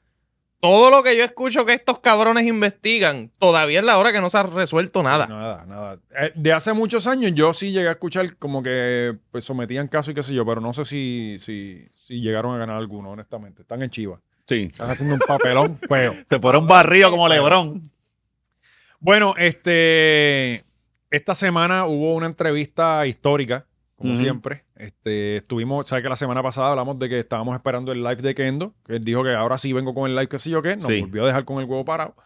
D: todo lo que yo escucho que estos cabrones investigan, todavía es la hora que no se ha resuelto nada.
B: Nada, nada. Eh, de hace muchos años yo sí llegué a escuchar como que pues, sometían caso y qué sé yo, pero no sé si, si, si llegaron a ganar alguno, honestamente. Están en Chivas.
C: Sí.
B: Están haciendo un papelón feo.
C: Te fueron barrio como Lebrón.
B: Bueno, este, esta semana hubo una entrevista histórica, como
C: Ujú.
B: siempre. Este, estuvimos, sabes que la semana pasada hablamos de que estábamos esperando el live de Kendo, que él dijo que ahora sí vengo con el live, qué sé yo qué, nos
C: Sí.
B: volvió a dejar con el huevo parado.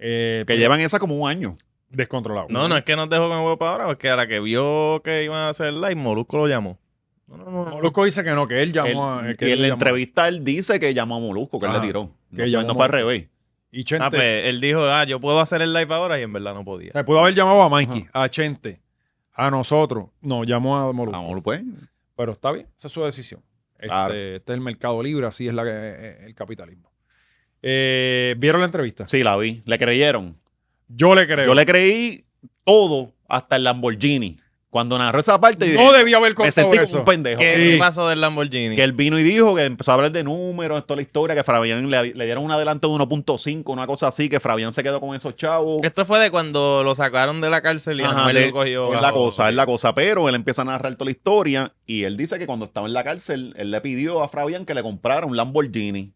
B: Eh,
C: Que
B: pues,
C: llevan esa como un año.
B: descontrolado.
D: No, no es que nos dejó con el huevo para ahora, es que a la que vio que iban a hacer live, Molusco lo llamó. No, no, no, no.
B: Molusco dice que no, que él
C: Él-
B: llamó a. que
C: y
B: él
C: en la
B: llamó.
C: entrevista él dice que llamó a Molusco, que él
B: Ajá.
C: le tiró.
B: Que
C: No,
B: llamó
C: fue-
B: a
C: no fue al revés.
B: Y Chente.
D: Ah, pues él dijo, ah, yo puedo hacer el live ahora y en verdad no podía.
B: o sea, pudo haber llamado a Mikey, a Chente, a nosotros. No, llamó a Molusco.
C: Vamos, pues.
B: Pero está bien, esa es su decisión. Este,
C: Claro.
B: este es el mercado libre, así es la que, eh, el capitalismo. Eh, ¿Vieron la entrevista?
C: Sí, la vi. Le creyeron.
B: Yo le creo.
C: Yo le creí todo, hasta el Lamborghini. Cuando narró esa parte, yo
B: no
C: dije,
B: debía haber
C: me
B: contado
C: sentí como
B: eso.
C: un pendejo.
D: ¿Qué,
B: Sí.
D: qué pasó del Lamborghini?
C: Que él vino y dijo que empezó a hablar de números, toda la historia, que Fabián le, le dieron un adelanto de 1.5, una cosa así, que Fabián se quedó con esos chavos.
D: Esto fue de cuando lo sacaron de la cárcel y
C: Ajá,
D: Anuel
C: de-
D: lo cogió.
C: es la
D: bajo-
C: cosa, es la cosa. Pero él empieza a narrar toda la historia y él dice que cuando estaba en la cárcel, él le pidió a Fabián que le comprara un Lamborghini.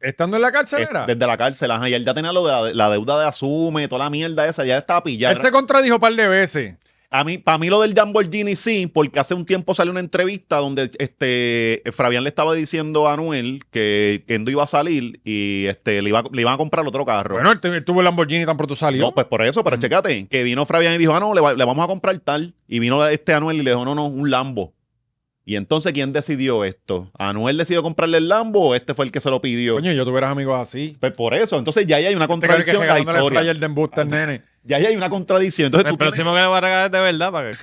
B: Estando en la cárcel
C: Es-
B: era.
C: desde la cárcel, ajá. Y él ya tenía lo de la, la deuda de Asume, toda la mierda esa, ya estaba pillado.
B: Él se contradijo un par de veces.
C: A mí, para mí lo del Lamborghini sí, porque hace un tiempo salió una entrevista donde este Fabián le estaba diciendo a Anuel que Kendo iba a salir y este le, iba, a- le iban a comprar otro carro.
B: Bueno, Mm. él, te- él tuvo el Lamborghini tan pronto salió.
C: No, pues por eso, pero checate, que vino Fabián y dijo, ah, no, le, va- le vamos a comprar tal. Y vino este Anuel y le dijo, no, no, un Lambo. Y entonces, ¿quién decidió esto? ¿Anuel decidió comprarle el Lambo o este fue el que se lo pidió?
B: Coño, yo tuvieras amigos así.
C: Pues por eso, entonces ya ahí hay una
B: Te crees que
C: contradicción en la
B: regalándole el
C: historia.
B: flyer de embuste al nene.
C: Ya ahí hay una contradicción. Entonces
D: El
C: tú tienes-
D: próximo que le voy a regalar es de verdad para que,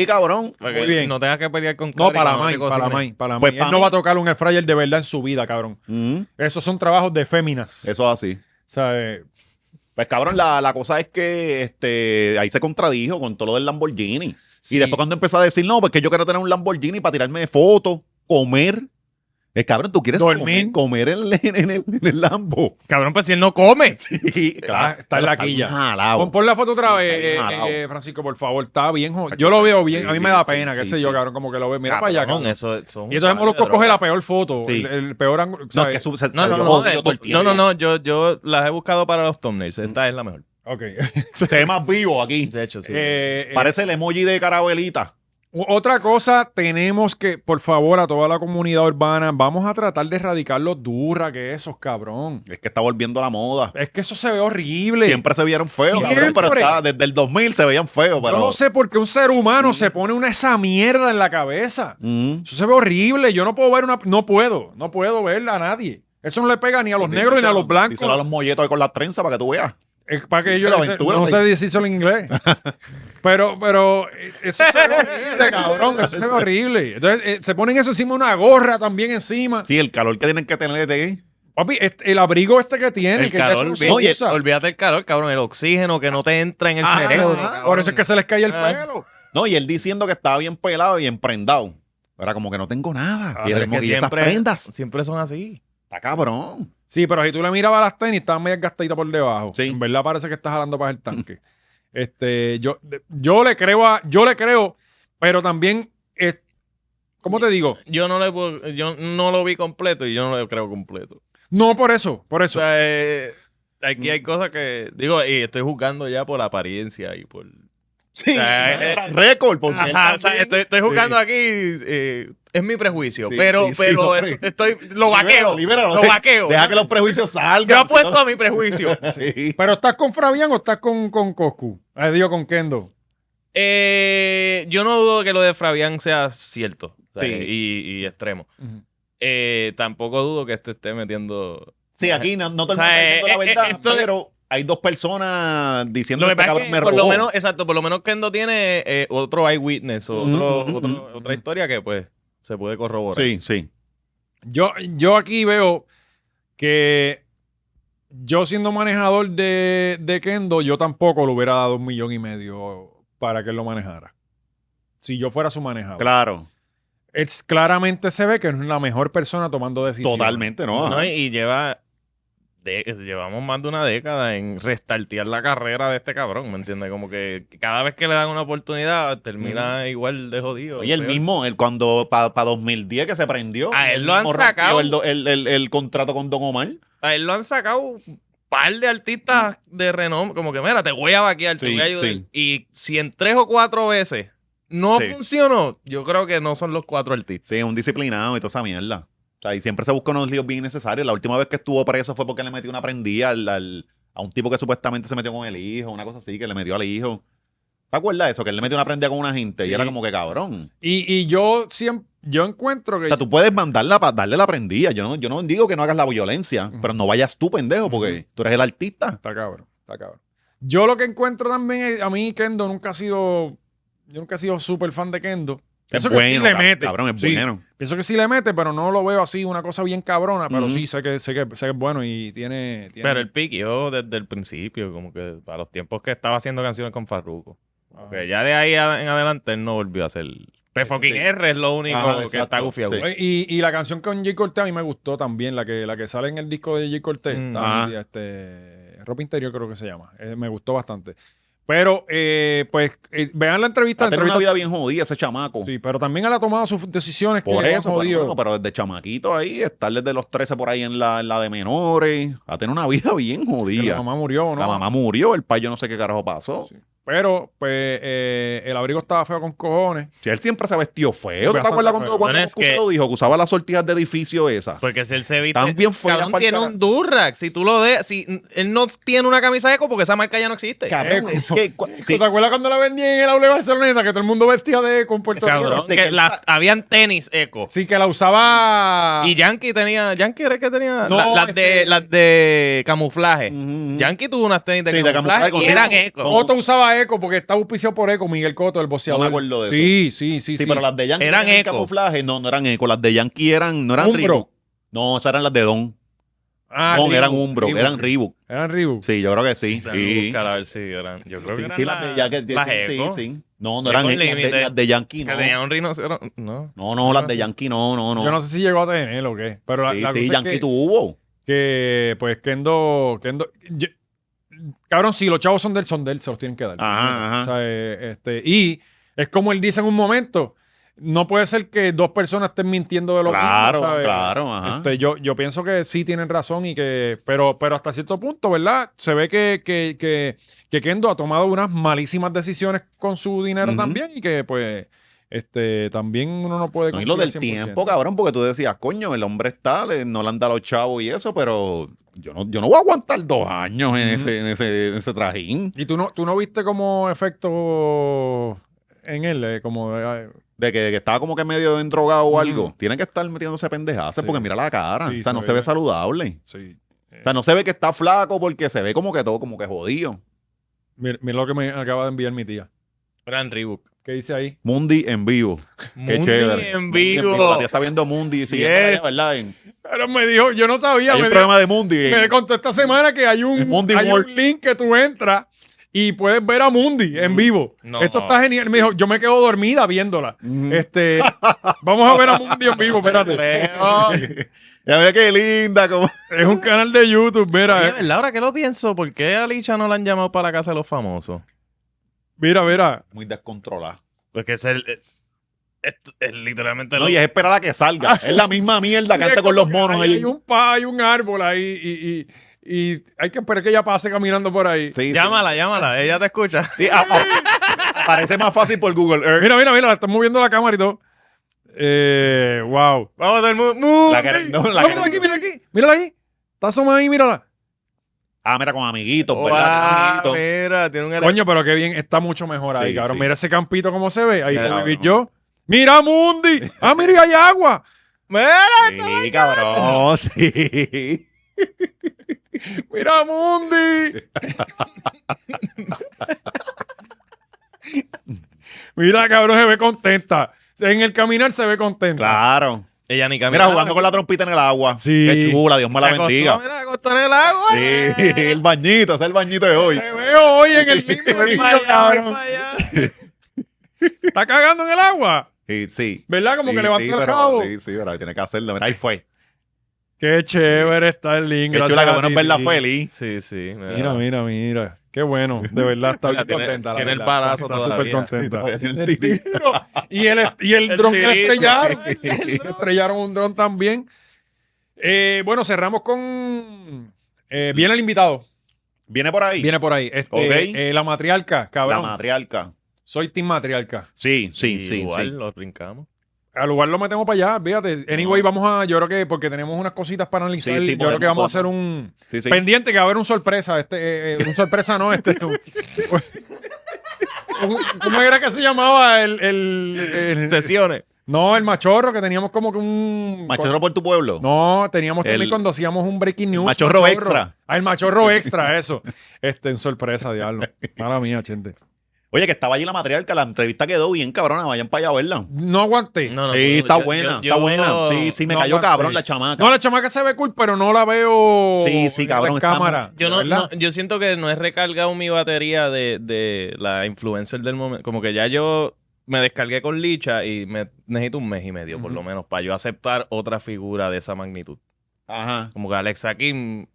C: Sí, cabrón.
D: para que
B: Muy bien.
D: no tengas que pelear con
B: No,
D: Cari,
B: para
D: no
B: May,
D: te
B: para
D: cocine.
B: May, para
C: Pues
B: May.
C: para
B: Él no
C: mí-
B: va a tocar un air fryer de verdad en su vida, cabrón.
C: Mm,
B: Esos son trabajos de féminas.
C: eso es así.
B: O sea, eh,
C: Pues cabrón, la, la cosa es que este, ahí se contradijo con todo lo del Lamborghini.
B: Sí.
C: Y después cuando empezó a decir, no, pues que yo quiero tener un Lamborghini para tirarme de fotos, comer. Eh, cabrón, tú quieres
B: Dormir.
C: comer, comer en, en- en el, en el Lambo.
D: Cabrón, pues si él no come.
C: Sí, claro.
B: está en la
C: Pero bien
B: quilla.
C: jalado.
B: Pon, pon la foto otra vez,
C: Está bien
B: eh,
C: jalado.
B: eh, Francisco, por favor. Está bien. jo- Yo lo veo bien. A mí me da
C: Sí,
B: pena,
C: sí,
B: qué
C: sí,
B: sé yo,
C: sí.
B: cabrón. Como que lo veo. Mira para allá,
D: Cabrón,
B: cabrón.
D: eso, eso es un
B: Y eso es
D: palo de
B: Molusco
D: droga.
B: coge la peor foto.
C: Sí.
B: El, el peor ángulo. o
C: No,
B: sea,
C: es que su- se-
D: No,
C: se-
D: no,
C: yo
D: no,
C: odio
D: eh,
C: todo el
D: no,
C: tiempo.
D: no, no, yo, yo las he buscado para los thumbnails. Esta es la mejor.
B: ok.
C: Se ve más vivo aquí.
D: De hecho, sí.
B: Eh, eh,
C: Parece el emoji de carabelita.
B: U- Otra cosa, tenemos que, por favor, a toda la comunidad urbana, vamos a tratar de erradicar los durra que esos, cabrón.
C: Es que está volviendo la moda.
B: Es que eso se ve horrible.
C: Siempre se vieron feos, cabrón,
B: Siempre.
C: pero está- desde el 2000 se veían feos. Pero...
B: Yo no sé por qué un ser humano se pone una esa mierda en la cabeza.
C: Mm.
B: Eso se ve horrible. Yo no puedo ver una. No puedo. No puedo verla a nadie. Eso no le pega ni a los negros ni a
C: Díselo-
B: los blancos.
C: díselo a los molletos ahí con las trenzas para que tú veas.
B: Es para que ellos.
C: díselo a Ventura,
B: no
C: sí.
B: sé decírselo en inglés. Pero, pero, eh, eso se ve horrible, cabrón. Eso se ve horrible. Entonces, eh, se ponen eso encima, una gorra también encima.
C: Sí, el calor que tienen que tener de
B: Papi, este- el abrigo este que tiene,
D: el
B: que ya
D: calor,
B: eso no se
D: bien. Oye,
B: usa.
D: olvídate del calor, cabrón. El oxígeno que no te entra en el
C: Ajá,
D: cerebro.
C: ajá.
D: cabrón.
B: Por eso es que se les cae el
D: Ah.
B: pelo.
C: No, y él diciendo que estaba bien pelado y emprendado. Era como que no tengo nada.
D: Ah,
C: y
D: pero
C: era
D: es
C: como
D: que
C: que, "¿Y esas
D: siempre-
C: prendas.
D: Siempre son así.
C: Está cabrón.
B: Sí, pero si tú le mirabas las tenis, estaban medio gastaditas por debajo.
C: Sí.
B: En verdad parece que estás jalando para el tanque. este, yo, yo le creo a, yo le creo, pero también, es- ¿cómo te digo?
D: Yo no, le, puedo- yo no lo vi completo y yo no lo creo completo.
B: No por eso, por eso.
D: O sea, eh, aquí hay cosas que. Digo, y estoy juzgando ya por la apariencia y por.
C: Sí.
D: Ah,
C: Eh, récord. Porque él
D: Ajá, o sea,
C: también-
D: estoy, estoy jugando
C: Sí.
D: aquí. eh, es mi prejuicio,
C: Sí,
D: pero,
C: sí, sí,
D: pero
C: hombre.
D: est- estoy. Lo vaqueo.
C: Libéralo, libéralo.
D: Lo vaqueo.
C: Deja que los prejuicios salgan.
D: Yo
C: si
D: apuesto
C: no-
D: a mi prejuicio.
C: Sí.
B: pero estás con Fabián o estás con, con Coscu. Ay, digo, con Kendo.
D: Eh, yo no dudo que lo de Fabián sea cierto o sea, eh,
C: Sí.
D: y, y extremo. Eh, tampoco dudo que este esté metiendo.
C: Sí, aquí no, no todo el
D: O sea,
C: mundo está diciendo la
D: eh, eh,
C: verdad,
D: esto-
C: pero hay dos personas diciendo
D: Lo que
C: este
D: pasa
C: cabrón
D: es
C: me
D: que, por lo
C: robó.
D: menos, exacto, por lo menos Kendo tiene eh, otro eyewitness o otro-
C: Ujú, ujú,
D: otro-
C: ujú.
D: otra historia que, pues, se puede corroborar.
C: Sí, sí.
B: Yo, yo aquí veo que yo siendo manejador de, de Kendo, yo tampoco le hubiera dado un millón y medio para que él lo manejara. Si yo fuera su manejador.
C: Claro.
B: Es, claramente se ve que no es la mejor persona tomando decisiones.
C: Totalmente, ¿no?
D: ¿no? Y, y lleva. de- llevamos más de una década en restartear la carrera de este cabrón, ¿me entiendes? Como que cada vez que le dan una oportunidad termina igual de jodido.
C: Oye, el
D: peor.
C: mismo, el cuando para 2010 que se prendió.
D: A él lo han
C: mismo rompió
D: sacado.
C: El, do- el- el- el contrato con Don Omar.
D: A él lo han sacado un par de artistas de renombre. Como que, mira, te voy a vaquear, te
C: Sí,
D: voy a ayudar.
C: sí.
D: Y si en tres o cuatro veces no
C: Sí.
D: funcionó, yo creo que no son los cuatro artistas.
C: Sí, un disciplinado y toda esa mierda. O sea, y siempre se busca unos líos bien necesarios. La última vez que estuvo preso fue porque le metió una prendida al, al- a un tipo que supuestamente se metió con el hijo, una cosa así, que le metió al hijo. ¿Te acuerdas de eso? Que él le metió una prendida con una gente
B: Sí.
C: y era como que cabrón.
B: Y, y yo siempre, yo encuentro que
C: O sea, tú puedes mandarla para darle la prendida. Yo no, yo no digo que no hagas la violencia, pero no vayas tú, pendejo, porque tú eres el artista.
B: Está cabrón, está cabrón. Yo lo que encuentro también es, a mí Kendo nunca ha sido, yo nunca he sido súper fan de Kendo. Pienso que sí le
C: cab-
B: mete.
C: Cabrón, es
B: Sí,
C: bueno.
B: Pienso que sí le mete, pero no lo veo así, una cosa bien cabrona, pero
C: Ujú.
B: sí sé que, sé, que, sé que es bueno y tiene... tiene-
D: Pero el piqueó desde el principio, como que para los tiempos que estaba haciendo canciones con Farruko.
B: Ajá.
D: Que ya de ahí a- en adelante él no volvió a hacer. Pefoquín
C: Sí.
D: R es lo único
C: Ajá,
D: que
C: exacto,
D: está gufiado.
C: sí.
B: Y, y la canción con J. Cortez a mí me gustó también, la que, la que sale en el disco de J. Cortez.
D: Mm.
B: está
C: Ah.
B: metida, este, ropa interior creo que se llama. Eh, me gustó bastante. Pero, eh, pues, eh, vean la entrevista.
C: Está teniendo una
B: entrevista-
C: vida bien jodida ese chamaco.
B: sí, pero también él ha tomado sus decisiones que
C: Por
B: lo han
C: eso, pero,
B: jodido.
C: bueno, pero desde chamaquito ahí, estar desde los 13 por ahí en la, en la de menores, a tener una vida bien
B: Que
C: jodida.
B: la mamá murió, ¿no?
C: La mamá murió, el payo no sé qué carajo pasó.
B: Sí. Pero, pues, eh, el abrigo estaba feo con cojones.
C: Si él siempre se vestió feo. ¿Tú te
B: Bastante
C: acuerdas cuando,
B: feo.
C: cuando
D: Bueno, es
C: Cusco
D: que-
C: lo dijo? Que usaba las sortijas de edificio esas.
D: Porque si él se viste.
C: Tan bien fuera
D: cabrón,
C: pa'l
D: tiene
C: carajo.
D: un Durrack. Si tú lo de. Si él no tiene una camisa eco porque esa marca ya no existe.
C: Cabrón,
B: Eco.
C: es que... cu- sí,
B: ¿Tú ¿Te acuerdas cuando la vendían en el aula de Barceloneta que todo el mundo vestía de con Puerto Rico?
D: Cabrón,
C: desde
D: que
C: que él
D: la-
C: sa-
D: habían tenis eco.
B: Sí, que la usaba.
D: Y Yankee tenía. Yankee era el Ah. que tenía.
B: No,
D: la- las, de,
B: este-
D: las de camuflaje.
C: Ujú.
D: Yankee tuvo unas tenis de
C: Sí, de
D: camuflaje,
C: camuflaje con
D: y eran
C: eco.
D: eco.
B: Coto usaba Eco porque estaba auspiciado por Eco, Miguel Coto, el boceador.
C: No me acuerdo de
B: sí, Sí, sí,
C: sí,
B: sí.
C: pero las de Yankee
D: Eran
C: tenían
D: eco.
C: camuflaje. No, no eran eco. Las de Yankee eran... No eran
B: Umbro.
C: Reebok. No, esas eran las de Don.
B: Ah,
C: Don eran
B: Reebok,
C: Umbro,
B: Reebok.
C: eran Reebok.
B: Eran Reebok.
C: Sí, yo creo que sí. Sí.
D: Buscar a ver si eran- Yo creo
C: Sí,
D: que
C: sí,
D: eran
C: las de
D: la-
C: Yankee-
D: las
C: sí, sí,
D: eco.
C: sí. No, no
D: Eco
C: eran las
D: límite.
C: de, las de Yankee,
D: Que tenía
C: no.
D: un rinoceronte. No.
C: No, no, las de Yankee, no, no, no.
B: Yo no sé si llegó a tener o qué. Pero la,
C: sí,
B: la
C: sí,
B: cosa es
C: Yankee
B: que,
C: tuvo.
B: que, pues, Kendo. Kendo yo- cabrón, si los chavos son del son del, se los tienen que dar.
C: Ajá, ajá.
B: O sea, eh, este, y es como él dice en un momento. No puede ser que dos personas estén mintiendo de lo mismo,
C: Claro,
B: ¿sabes?
C: claro, ajá.
B: Este, yo, yo pienso que sí tienen razón y que, pero, pero hasta cierto punto, ¿verdad? Se ve que, que, que, que Kendo ha tomado unas malísimas decisiones con su dinero
C: Ujú.
B: también y que pues este también uno no puede...
C: No, y lo del
B: confiar 100%.
C: tiempo, cabrón, porque tú decías, coño, el hombre está, le- no le han dado los chavos y eso, pero yo no, yo no voy a aguantar dos años en, ese, en, ese, en ese trajín.
B: Y tú no, tú no viste como efecto en él, eh, como... eh,
C: De que, de que estaba como que medio endrogado o
B: Ujú.
C: algo. Tiene que estar metiéndose pendejadas,
B: Sí.
C: porque mira la cara.
B: Sí,
C: o sea,
B: se
C: no
B: ve.
C: se ve saludable.
B: sí.
C: O sea, no se ve que está flaco porque se ve como que todo como que jodido.
B: Mira, mira lo que me acaba de enviar mi tía.
D: Eran Reebok.
B: ¿Qué dice ahí?
C: Mundi en vivo. Qué
D: Muy
C: chévere.
D: en
C: Mundi
D: vivo.
C: La tía está viendo Mundi. Sí,
D: Yes.
C: ¿verdad? En-
B: Pero me dijo, yo no sabía,
C: Hay
B: me dijo-
C: un programa de Mundi. eh.
B: Me contó esta semana que hay
C: En
B: un,
C: Mundi
B: hay
C: World.
B: un link que tú entras y puedes ver a Mundi
C: Mm.
B: en vivo.
D: No.
B: Esto está genial. Me dijo, yo me quedo dormida viéndola.
C: Mm.
B: Este, vamos a ver a Mundi en vivo, espérate.
D: Creo.
C: Ya ve qué linda. Como...
B: Es un canal de YouTube,
D: Oye,
B: mira, eh.
D: ¿verdad? Ahora que lo pienso, ¿por qué a Licha no la han llamado para la casa de los famosos?
B: mira, mira.
C: Muy descontrolada.
D: Porque es el. eh, Es, es literalmente Ah,
C: No, y es esperar a que salga. Es la misma mierda
B: Sí,
C: que antes
B: es
C: con
B: como
C: los
B: que Hay,
C: monos ahí.
B: hay un pa, hay un árbol ahí y, y- y- y hay que esperar que ella pase caminando por ahí.
C: Sí, sí.
D: Llámala, llámala, ella te escucha.
C: Sí, a- a- parece más fácil por Google Earth.
B: Mira, mira, mira, la están moviendo la cámara y todo. Eh, wow.
D: Vamos todo el mundo.
C: La cara- no, la
B: No,
C: cara-
B: mira aquí, mira aquí. Mírala ahí. Está asomada ahí, mírala.
C: Ah, mira, con amiguitos,
D: Wow, eh.
C: ¿verdad? Con amiguitos.
D: mira, tiene un elefante.
B: Coño, pero qué bien, está mucho mejor ahí,
C: Sí,
B: cabrón.
C: sí.
B: Mira ese campito cómo se ve. Ahí
D: Claro,
B: puedo vivir
C: ¿no?
B: yo. ¡Mira, Mundi! ¡Ah, mira, y hay agua!
D: Mira,
C: Sí, cabrón. No, sí.
B: ¡Mira, Mundi! mira, cabrón, se ve contenta. En el caminar se ve contenta.
C: Claro.
D: ella ni camina.
C: Mira, jugando con la trompita en el agua.
B: Sí.
C: Qué chula, Dios me la
D: ah, Se acostó,
C: bendiga.
D: Mira, acostó en el agua.
C: Sí, el bañito, ese es el bañito de hoy.
B: Te veo hoy en el mismo
C: Pues
D: Voy
B: sitio,
D: para allá, voy
B: cabrón.
D: para allá.
B: Está cagando en el agua.
C: Sí, sí.
B: ¿Verdad? Como
C: Sí,
B: que levantó
C: sí,
B: el
C: pero-
B: rabo.
C: Sí, sí, pero tiene que hacerlo. Mira, ahí fue.
B: Qué chévere está el link.
C: Qué
B: gracias
C: chula, que
B: a
C: bueno es
B: ti,
C: verla
B: sí.
C: feliz.
D: Sí, sí.
B: Mira, mira, mira. Qué bueno. De verdad, está
D: Mira,
B: bien
D: tiene-
B: contenta. la
D: tiene el
B: verdad.
D: balazo
B: está
D: todavía.
B: súper
C: Sí,
B: contenta.
C: todavía tiene el
B: El
C: tigre.
B: tiro. Y el, est- y el, dron que le
D: tirito.
B: estrellaron. Le estrellaron un dron también. Eh, bueno, cerramos con. eh, viene el invitado.
C: Viene por ahí.
B: Viene por ahí. Este,
C: Ok.
B: eh, la matriarca,
C: la
B: cabrón.
C: matriarca.
B: Soy Team Matriarca.
C: Sí, sí, sí.
D: Igual
C: sí.
D: lo brincamos.
B: Al lugar lo metemos para allá, fíjate. Anyway,
C: No.
B: vamos a. Yo creo que porque tenemos unas cositas para analizar.
C: Ah. Sí, sí,
B: yo creo que
C: podemos-
B: vamos a hacer un.
C: Sí, sí.
B: Pendiente que va a haber un sorpresa. Este, eh, eh, un sorpresa no, este. un- un- ¿Cómo era que se llamaba el, el- el-
D: Sesiones.
B: No, el machorro, que teníamos como que un.
C: Machorro por tu pueblo.
B: No, teníamos también
C: El-
B: cuando hacíamos un breaking news.
C: Machorro extra.
B: Ah, el machorro extra, eso. Este, en sorpresa, diablo. Mala mía, gente.
C: Oye, que estaba allí la matriarca, la entrevista quedó bien cabrona, vayan para allá a verla.
B: No aguanté. No,
D: No, no,
C: sí,
D: yo-
C: está
D: yo-
C: buena,
D: yo-
C: está buena. Sí, sí, me
B: no
C: cayó
B: aguanté.
C: cabrón la chamaca.
B: la chamaca se ve cool, pero no la veo.
C: Sí, sí,
B: en
C: cabrón,
B: la
C: está
B: cámara.
D: Yo, no,
B: ¿verdad?
D: no- yo siento que no he recargado mi batería de, de la influencer del momento. Como que ya yo me descargué con Licha y me necesito un mes y medio, por lo menos, para yo aceptar otra figura de esa magnitud.
C: Ajá.
D: Como que Alexa Kim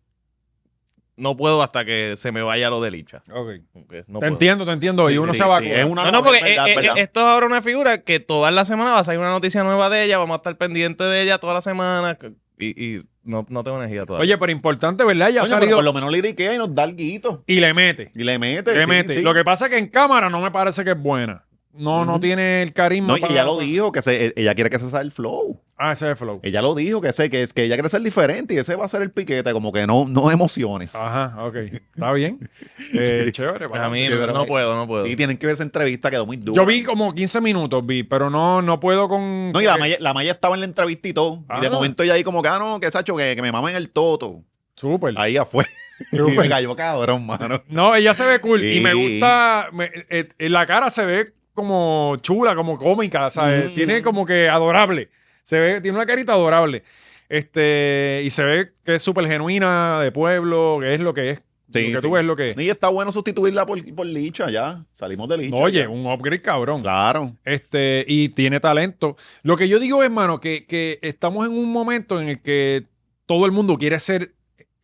D: no puedo hasta que se me vaya lo de Licha.
B: Ok.
D: Como que No
B: te
D: puedo.
B: entiendo, te entiendo. y
C: Sí,
B: uno
C: sí,
B: se va
C: sí, es una
D: No, no, porque
C: verdad,
B: e,
D: eh, eh,
B: este
C: verdad.
D: esto es ahora una figura que todas las semanas va a salir una noticia nueva de ella, vamos a estar pendientes de ella toda la semana. y, y no, no tengo energía todavía.
B: Oye, pero importante, ¿verdad? Ya ha
C: Coño, pero
B: salido
C: por lo menos le iriquea y nos da el guito.
B: y le mete.
C: Y le mete.
B: Le
C: sí,
B: mete.
C: sí.
B: Lo que pasa es que en cámara no me parece que es buena. No, no
C: Ujú.
B: tiene el carisma.
C: No, y
B: para-
C: ella lo dijo, que se- e, ella quiere que se sea el flow.
B: Ah, ese es flow.
C: Ella lo dijo, que sé que es que ella quiere ser diferente y ese va a ser el piquete, como que no, no emociones.
B: Ajá, ok. Está bien. Eh, Ah, chévere.
D: a
B: para
D: mí
C: yo
D: no,
C: creo
D: no
C: que-
D: puedo, no puedo.
C: Y tienen que ver esa entrevista, quedó muy dura.
B: Yo vi como 15 minutos, vi, pero no, no puedo con.
C: No, y la malla, la Maya estaba en la entrevista y todo.
B: Ah.
C: Y de momento ella ahí como que, ah, no, que Sacho, que, que me mamen el toto.
B: Súper.
C: Ahí afuera. Y me
B: súper.
C: cayó cabrón, mano.
B: No, ella se ve cool. Y me
C: Sí.
B: gusta. me- eh, eh, la cara se ve como chula, como cómica. ¿sabes?
C: Mm.
B: Tiene como que adorable. Se ve, tiene una carita adorable. Este, y se ve que es súper genuina, de pueblo, que es lo que es.
C: Sí,
B: lo que
C: sí.
B: tú ves lo que es.
C: Y está bueno sustituirla por, por Licha, ya. Salimos de Licha.
B: No, oye,
C: ya.
B: un upgrade cabrón.
C: Claro.
B: Este, y tiene talento. Lo que yo digo, hermano, que, que estamos en un momento en el que todo el mundo quiere ser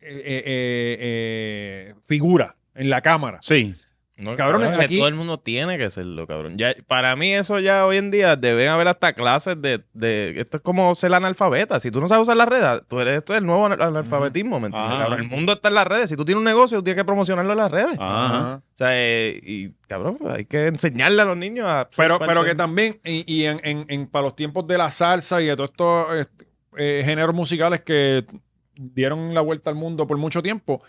B: eh, eh, eh, figura en la cámara.
C: Sí.
D: No,
B: Cabrones,
D: cabrón, que
B: aquí-
D: todo el mundo tiene que serlo, cabrón. Ya, para mí eso ya hoy en día deben haber hasta clases de, de- Esto es como ser analfabeta. Si tú no sabes usar las redes, tú eres, esto es el nuevo anal- analfabetismo, ¿me entiendes,
C: Ajá. Ah.
D: cabrón? El mundo está en las redes. Si tú tienes un negocio, tú tienes que promocionarlo en las redes.
C: Ajá.
D: O sea, eh, y cabrón, hay que enseñarle a los niños a... ser
B: Pero,
D: parte
B: pero que
D: de-
B: también, y, y en, en- en- para los tiempos de la salsa y de todos estos este, eh, géneros musicales que dieron la vuelta al mundo por mucho tiempo,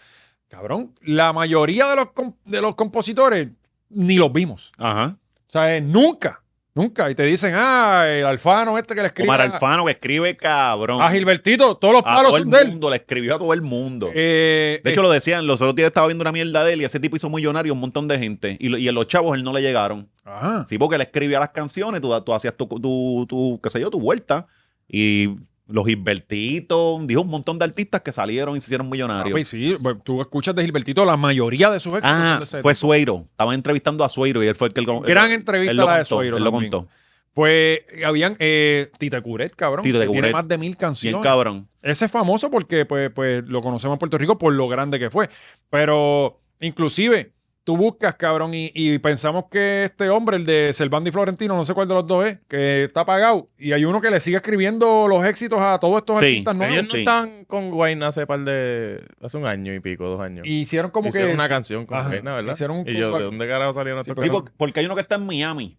B: cabrón, la mayoría de los, com- de los compositores ni los vimos.
C: Ajá.
B: O sea, eh, nunca, nunca. Y te dicen, ah, el alfano este que le escribe.
C: Omar
B: a-
C: Alfano que escribe cabrón.
B: A Gilbertito, todos los
C: A
B: palos
C: todo el
B: son de él.
C: mundo, le escribió a todo el mundo.
B: Eh,
C: de hecho,
B: eh,
C: lo decían, los otros días estaba viendo una mierda de él y ese tipo hizo millonario a un montón de gente. Y, lo- y a los chavos él no le llegaron.
B: ajá.
C: Sí, porque él escribía las canciones, tú, tú hacías tu, tu, tu, qué sé yo, tu vuelta. Y los Gilbertitos, dijo un montón de artistas que salieron y se hicieron millonarios.
B: Papi, sí, pues, tú escuchas de Gilbertito la mayoría de sus éxitos
C: ah,
B: son de ese
C: fue
B: tipo.
C: Sueiro. Estaban entrevistando a Sueiro y él fue el que... lo-
B: Gran
C: él-
B: entrevista
C: él lo
B: la de
C: contó,
B: Sueiro
C: Él lo
B: también.
C: contó.
B: Pues habían eh, Tita Curet, cabrón.
C: Tita
B: que Tiene
C: Curet.
B: más de mil
C: Y el
B: canciones.
C: cabrón.
B: Ese es famoso porque pues, pues, lo conocemos en Puerto Rico por lo grande que fue. Pero inclusive tú buscas, cabrón, y, y pensamos que este hombre, el de Servando y Florentino, no sé cuál de los dos es, que está pagado. Y hay uno que le sigue escribiendo los éxitos a todos estos
C: Sí,
B: artistas
D: Ellos
B: nuevos.
D: no
C: Sí.
D: estaban con Guayna hace par de... Hace un año y pico, dos años.
B: Y Hicieron como
D: Hicieron
B: que...
D: una canción con
B: Ajá.
D: Guayna, ¿verdad?
B: Hicieron un
D: y yo,
B: cover.
D: ¿de dónde carajo salieron
B: Sí,
D: estos
B: pero-
C: Sí,
D: cabrones?
C: por- porque hay uno que está en Miami.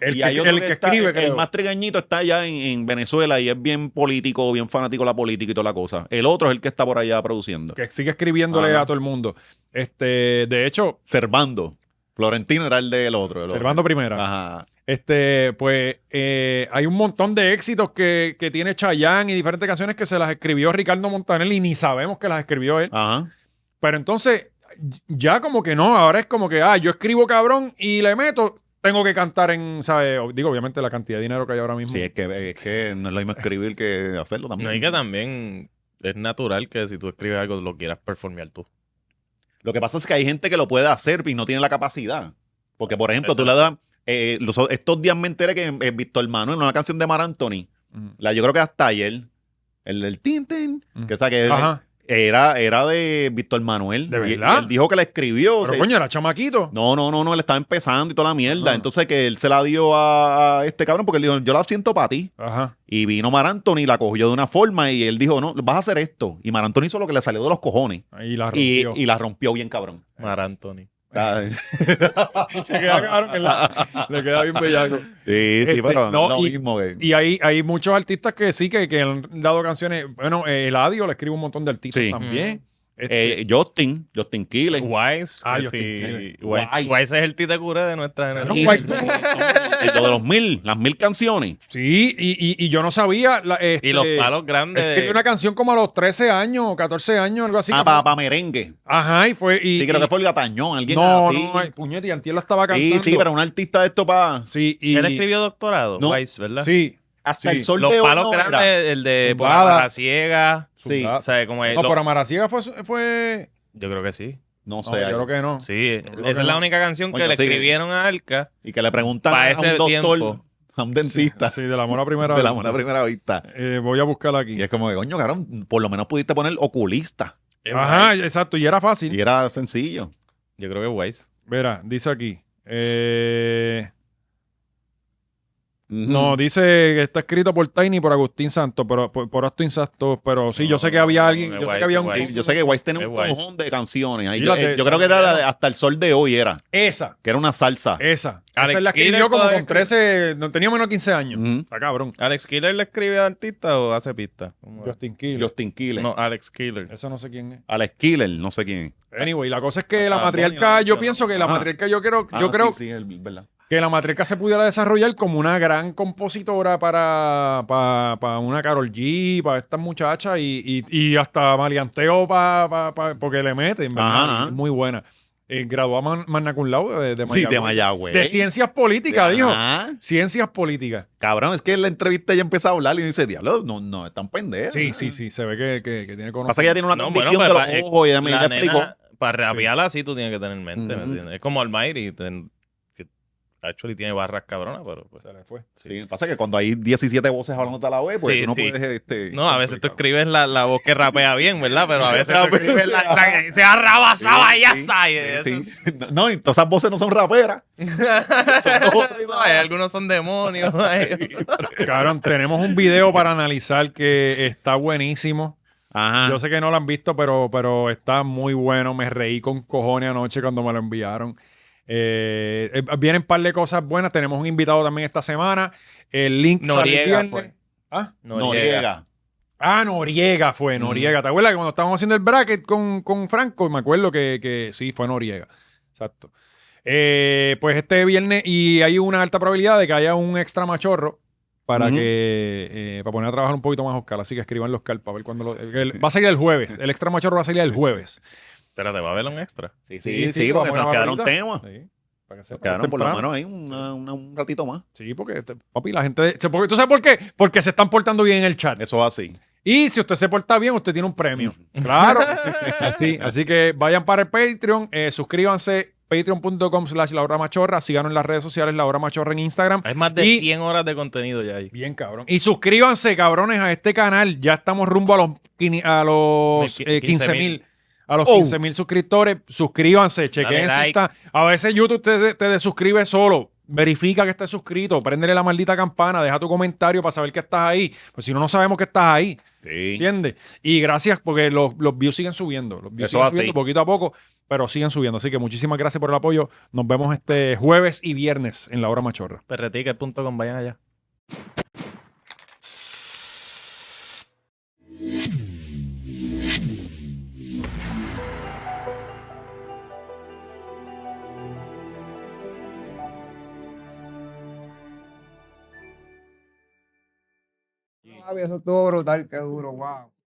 B: el
C: y
B: que,
C: hay otro
B: el que
C: está-
B: escribe,
C: el,
B: creo.
C: más trigueñito está allá en, en Venezuela y es bien político, bien fanático de la política y toda la cosa. El otro es el que está por allá produciendo.
B: que sigue escribiéndole
C: Ajá.
B: a todo el mundo. Este, de hecho,
C: Servando. Florentino era el del otro. el otro.
B: Servando Primera.
C: Ajá.
B: Este, pues eh, hay un montón de éxitos que, que tiene Chayanne y diferentes canciones que se las escribió Ricardo Montaner y ni sabemos que las escribió él.
C: Ajá.
B: Pero entonces, ya como que no, ahora es como que, ah, yo escribo cabrón y le meto, tengo que cantar en, ¿sabes? O- Digo, obviamente la cantidad de dinero que hay ahora mismo.
C: Sí, es que, es que no es lo mismo escribir que hacerlo también.
D: No, y que también es natural que si tú escribes algo lo quieras performear tú.
C: Lo que pasa es que hay gente que lo puede hacer y no tiene la capacidad. Porque, por ejemplo, tú le das. eh, los- estos días me enteré que eh, Víctor Manuel, en una canción de Mar Anthony,
B: Ujú.
C: la, yo creo que hasta ayer, el del tin, tin,
B: Mm.
C: que, esa que
B: Ajá.
C: era, era de Víctor Manuel.
B: ¿De
C: Y- y
B: verdad?
C: él dijo que la escribió. o
B: Pero
C: sea,
B: coño, era chamaquito.
C: no, no, no, no, él estaba empezando y toda la mierda.
B: Ajá.
C: Entonces que él se la dio a, a este cabrón porque él dijo, yo la siento para ti.
B: Ajá.
C: Y vino Mar Anthony, la cogió de una forma y él dijo, no, vas a hacer esto. Y Mar Anthony hizo lo que le salió de los cojones.
B: Ahí la
C: Y,
B: rompió.
C: y la rompió bien cabrón.
D: Mar Anthony.
C: Ah,
B: Le queda cabrón en la- le queda bien bellaco.
C: Sí, sí,
B: Este,
C: pero no,
B: no,
C: es lo
B: y-
C: mismo. güey.
B: Y hay, hay muchos artistas que sí, que, que han dado canciones. Bueno, eh, Eladio le escribe un montón de artistas
C: Sí.
B: también. Este,
C: Eh, Justin, Justin Quiles.
D: Wise.
B: Ah,
D: que
B: yo
D: sí,
B: estoy-
D: Wise.
C: Wise.
D: Wise es el tite cura de nuestra
B: Claro,
D: generación.
B: Wise.
C: Y eh, lo de los mil, las mil canciones.
B: sí, y, y- y yo no sabía. la- este,
D: Y los palos grandes.
B: Escribió una canción como a los 13 años o 14 años, algo así.
C: ah,
B: como-
C: para merengue.
B: Ajá, y fue. Y,
C: Sí, creo
B: y-
C: que fue el gatañón, alguien
B: No,
C: así.
B: no, ay, puñete, y Antier la estaba cantando.
C: sí, sí, pero un artista de esto para.
B: Sí, y.
D: de- Él escribió doctorado,
C: No.
D: Wise, ¿verdad?
B: Sí.
C: Hasta
B: Sí.
C: el sol
D: Los
C: de hoy
D: palos
C: no era.
D: grandes, el de por
B: Zumbada.
D: la ciega.
C: Sí.
B: Ah,
D: O sea, como el-
B: no,
D: lo-
B: por Amaraciega fue. fue...
D: Yo creo que sí.
C: No sé.
B: no, yo
C: ahí.
B: creo que no.
D: Sí, esa
B: creo que
D: es
B: no.
D: la única canción que
C: Coño,
D: le
C: sí.
D: escribieron a Alca.
C: Y que le preguntan
D: Pa'
C: a
D: ese
C: un doctor,
D: tiempo.
C: a un dentista,
B: Sí, del amor a primera
C: de
B: vista.
C: la buena primera vista.
B: Eh, voy a buscarla aquí.
C: Y es como que, coño, cabrón, por lo menos pudiste poner oculista.
B: Ajá, exacto, y era fácil.
C: Y era sencillo.
D: Yo creo que es Wise.
B: Verá, dice aquí. eh, No, dice que está escrito por Tiny y por Agustín Santos, pero por, por Austin Santos, pero sí, yo sé que había alguien,
D: no,
B: yo sé
D: guay,
B: que había un...
D: guay.
C: Sí, yo sé que Wise tenía un
D: Es Wise.
C: cojón de canciones. ahí.
B: Sí,
C: yo,
B: la que-
C: eh, yo creo que era la de hasta el sol de hoy, era.
B: Esa,
C: Que era una salsa.
D: Eh,
B: esa.
D: Alex
B: esa es la que
D: Kidd
B: yo como
D: todavía
B: con 13, no, tenía menos de 15 años.
C: Ujú.
B: Está cabrón.
D: ¿Alex Killer le escribe a artista o hace pista? ¿Cómo es?
B: Justin Kill.
C: Justin Killer.
D: No, Alex Killer.
B: Eso no sé quién es.
C: Alex Killer, no sé quién.
B: Anyway, la cosa es que la
D: Ah,
B: matriarca,
D: coño,
B: yo
D: no.
B: pienso que la
C: Ah.
B: matriarca, yo creo,
C: Ah,
B: yo creo
C: Sí, sí, el- verdad.
B: que la matriarca se pudiera desarrollar como una gran compositora para, para, para una Carol G, para estas muchachas y, y, y hasta maleanteo pa- pa- pa- porque le meten, ¿verdad?
C: Ajá.
B: Y es muy buena. Eh, graduó a Man- magna cum laude de, de
C: Sí, de
B: Mayagüez.
C: Mayagüez.
B: De ciencias políticas, dijo.
C: Ajá.
B: Ciencias políticas.
C: Cabrón, es que en la entrevista ella empieza a hablar y dice, diablo, no, no, es tan pendeja.
B: Sí, sí, sí, se ve que, que, que tiene
C: Pasa que
B: conocimiento.
C: ella tiene una
D: No,
C: condición
D: bueno,
C: de
D: pero pa- eh,
C: los ojos y ella me
D: La
C: ella explicó.
D: nena, para rapearla así tú tienes que tener en mente. ¿me
C: Ujú.
D: entiendes? Es como Almighty. ten- que actually tiene barras cabronas, pero... pues,
B: Se le fue.
C: Sí, pasa que cuando hay 17 voces hablando a la vez, pues
D: Sí,
C: tú no
D: sí.
C: puedes... Este,
D: No, a veces tú
C: complicado.
D: escribes la, la voz que rapea bien, ¿verdad? Pero a veces tú
C: Rapea,
D: escribes la,
C: ajá.
D: la que se arrabasaba y ya
C: Sí,
D: está. y
C: sí,
D: eso
C: sí.
D: es-
C: No, y todas esas voces no son raperas.
D: Ay, algunos son demonios. ay.
B: Cabrón, tenemos un video para analizar que está buenísimo.
D: Ah.
C: Ajá.
B: Yo sé que no lo han visto, pero, pero está muy bueno. Me reí con cojones anoche cuando me lo enviaron. Eh, eh, vienen un par de cosas buenas. Tenemos un invitado también esta semana. El link sale el
D: Noriega
B: viernes.
D: fue.
B: ¿Ah?
D: llega.
C: Noriega.
B: Ah, Noriega fue, Noriega. ¿Te acuerdas que cuando estábamos haciendo el bracket con, con Franco? Me acuerdo que, que sí, fue Noriega. Exacto. Eh, pues este viernes, y hay una alta probabilidad de que haya un extra machorro para
C: Ujú.
B: que eh, para poner a trabajar un poquito más Oscar. Así que escriban los Oscar para ver cuándo lo. el- va a salir el jueves. El extra machorro va a salir el jueves.
D: Espérate, va a haber un extra.
C: Sí,
B: Sí,
C: sí, sí,
B: sí, vamos a
C: porque se
B: grabar
C: nos quedaron
B: ahorita.
C: temas.
B: Sí, para que
C: Nos
B: sepan,
C: quedaron por Ah. lo
B: temprano.
C: menos ahí una- una- un ratito más.
B: Sí, porque, te- papi, la gente. se- porque- ¿Tú sabes por qué? Porque se están portando bien en el chat.
C: Eso así.
B: Y si usted se porta bien, usted tiene un premio. Claro. así, así que vayan para el Patreon, eh, suscríbanse, patreon.com slash la hora machorra, síganos en las redes sociales, la hora machorra en Instagram.
D: Hay más de
B: Y-
D: 100 horas de contenido ya ahí.
B: Bien, cabrón. Y suscríbanse, cabrones, a este canal. Ya estamos rumbo a los, quini- a los
D: Qui-
B: eh, 15 mil. A los
C: Oh.
B: 15 mil suscriptores, suscríbanse, chequen.
D: like.
B: A veces YouTube te, te, desuscribe solo. Verifica que estés suscrito, préndele la maldita campana, deja tu comentario para saber que estás ahí. Pues si no, no sabemos que estás ahí.
C: Sí.
B: ¿Entiendes? Y gracias porque los, los views siguen subiendo. Los views
C: Eso
B: siguen
C: así.
B: subiendo poquito a poco, pero siguen subiendo. Así que muchísimas gracias por el apoyo. Nos vemos este jueves y viernes en la hora machorra.
D: Perreticket.com, vayan allá.
F: Javi, eso estuvo brutal, qué duro, wow.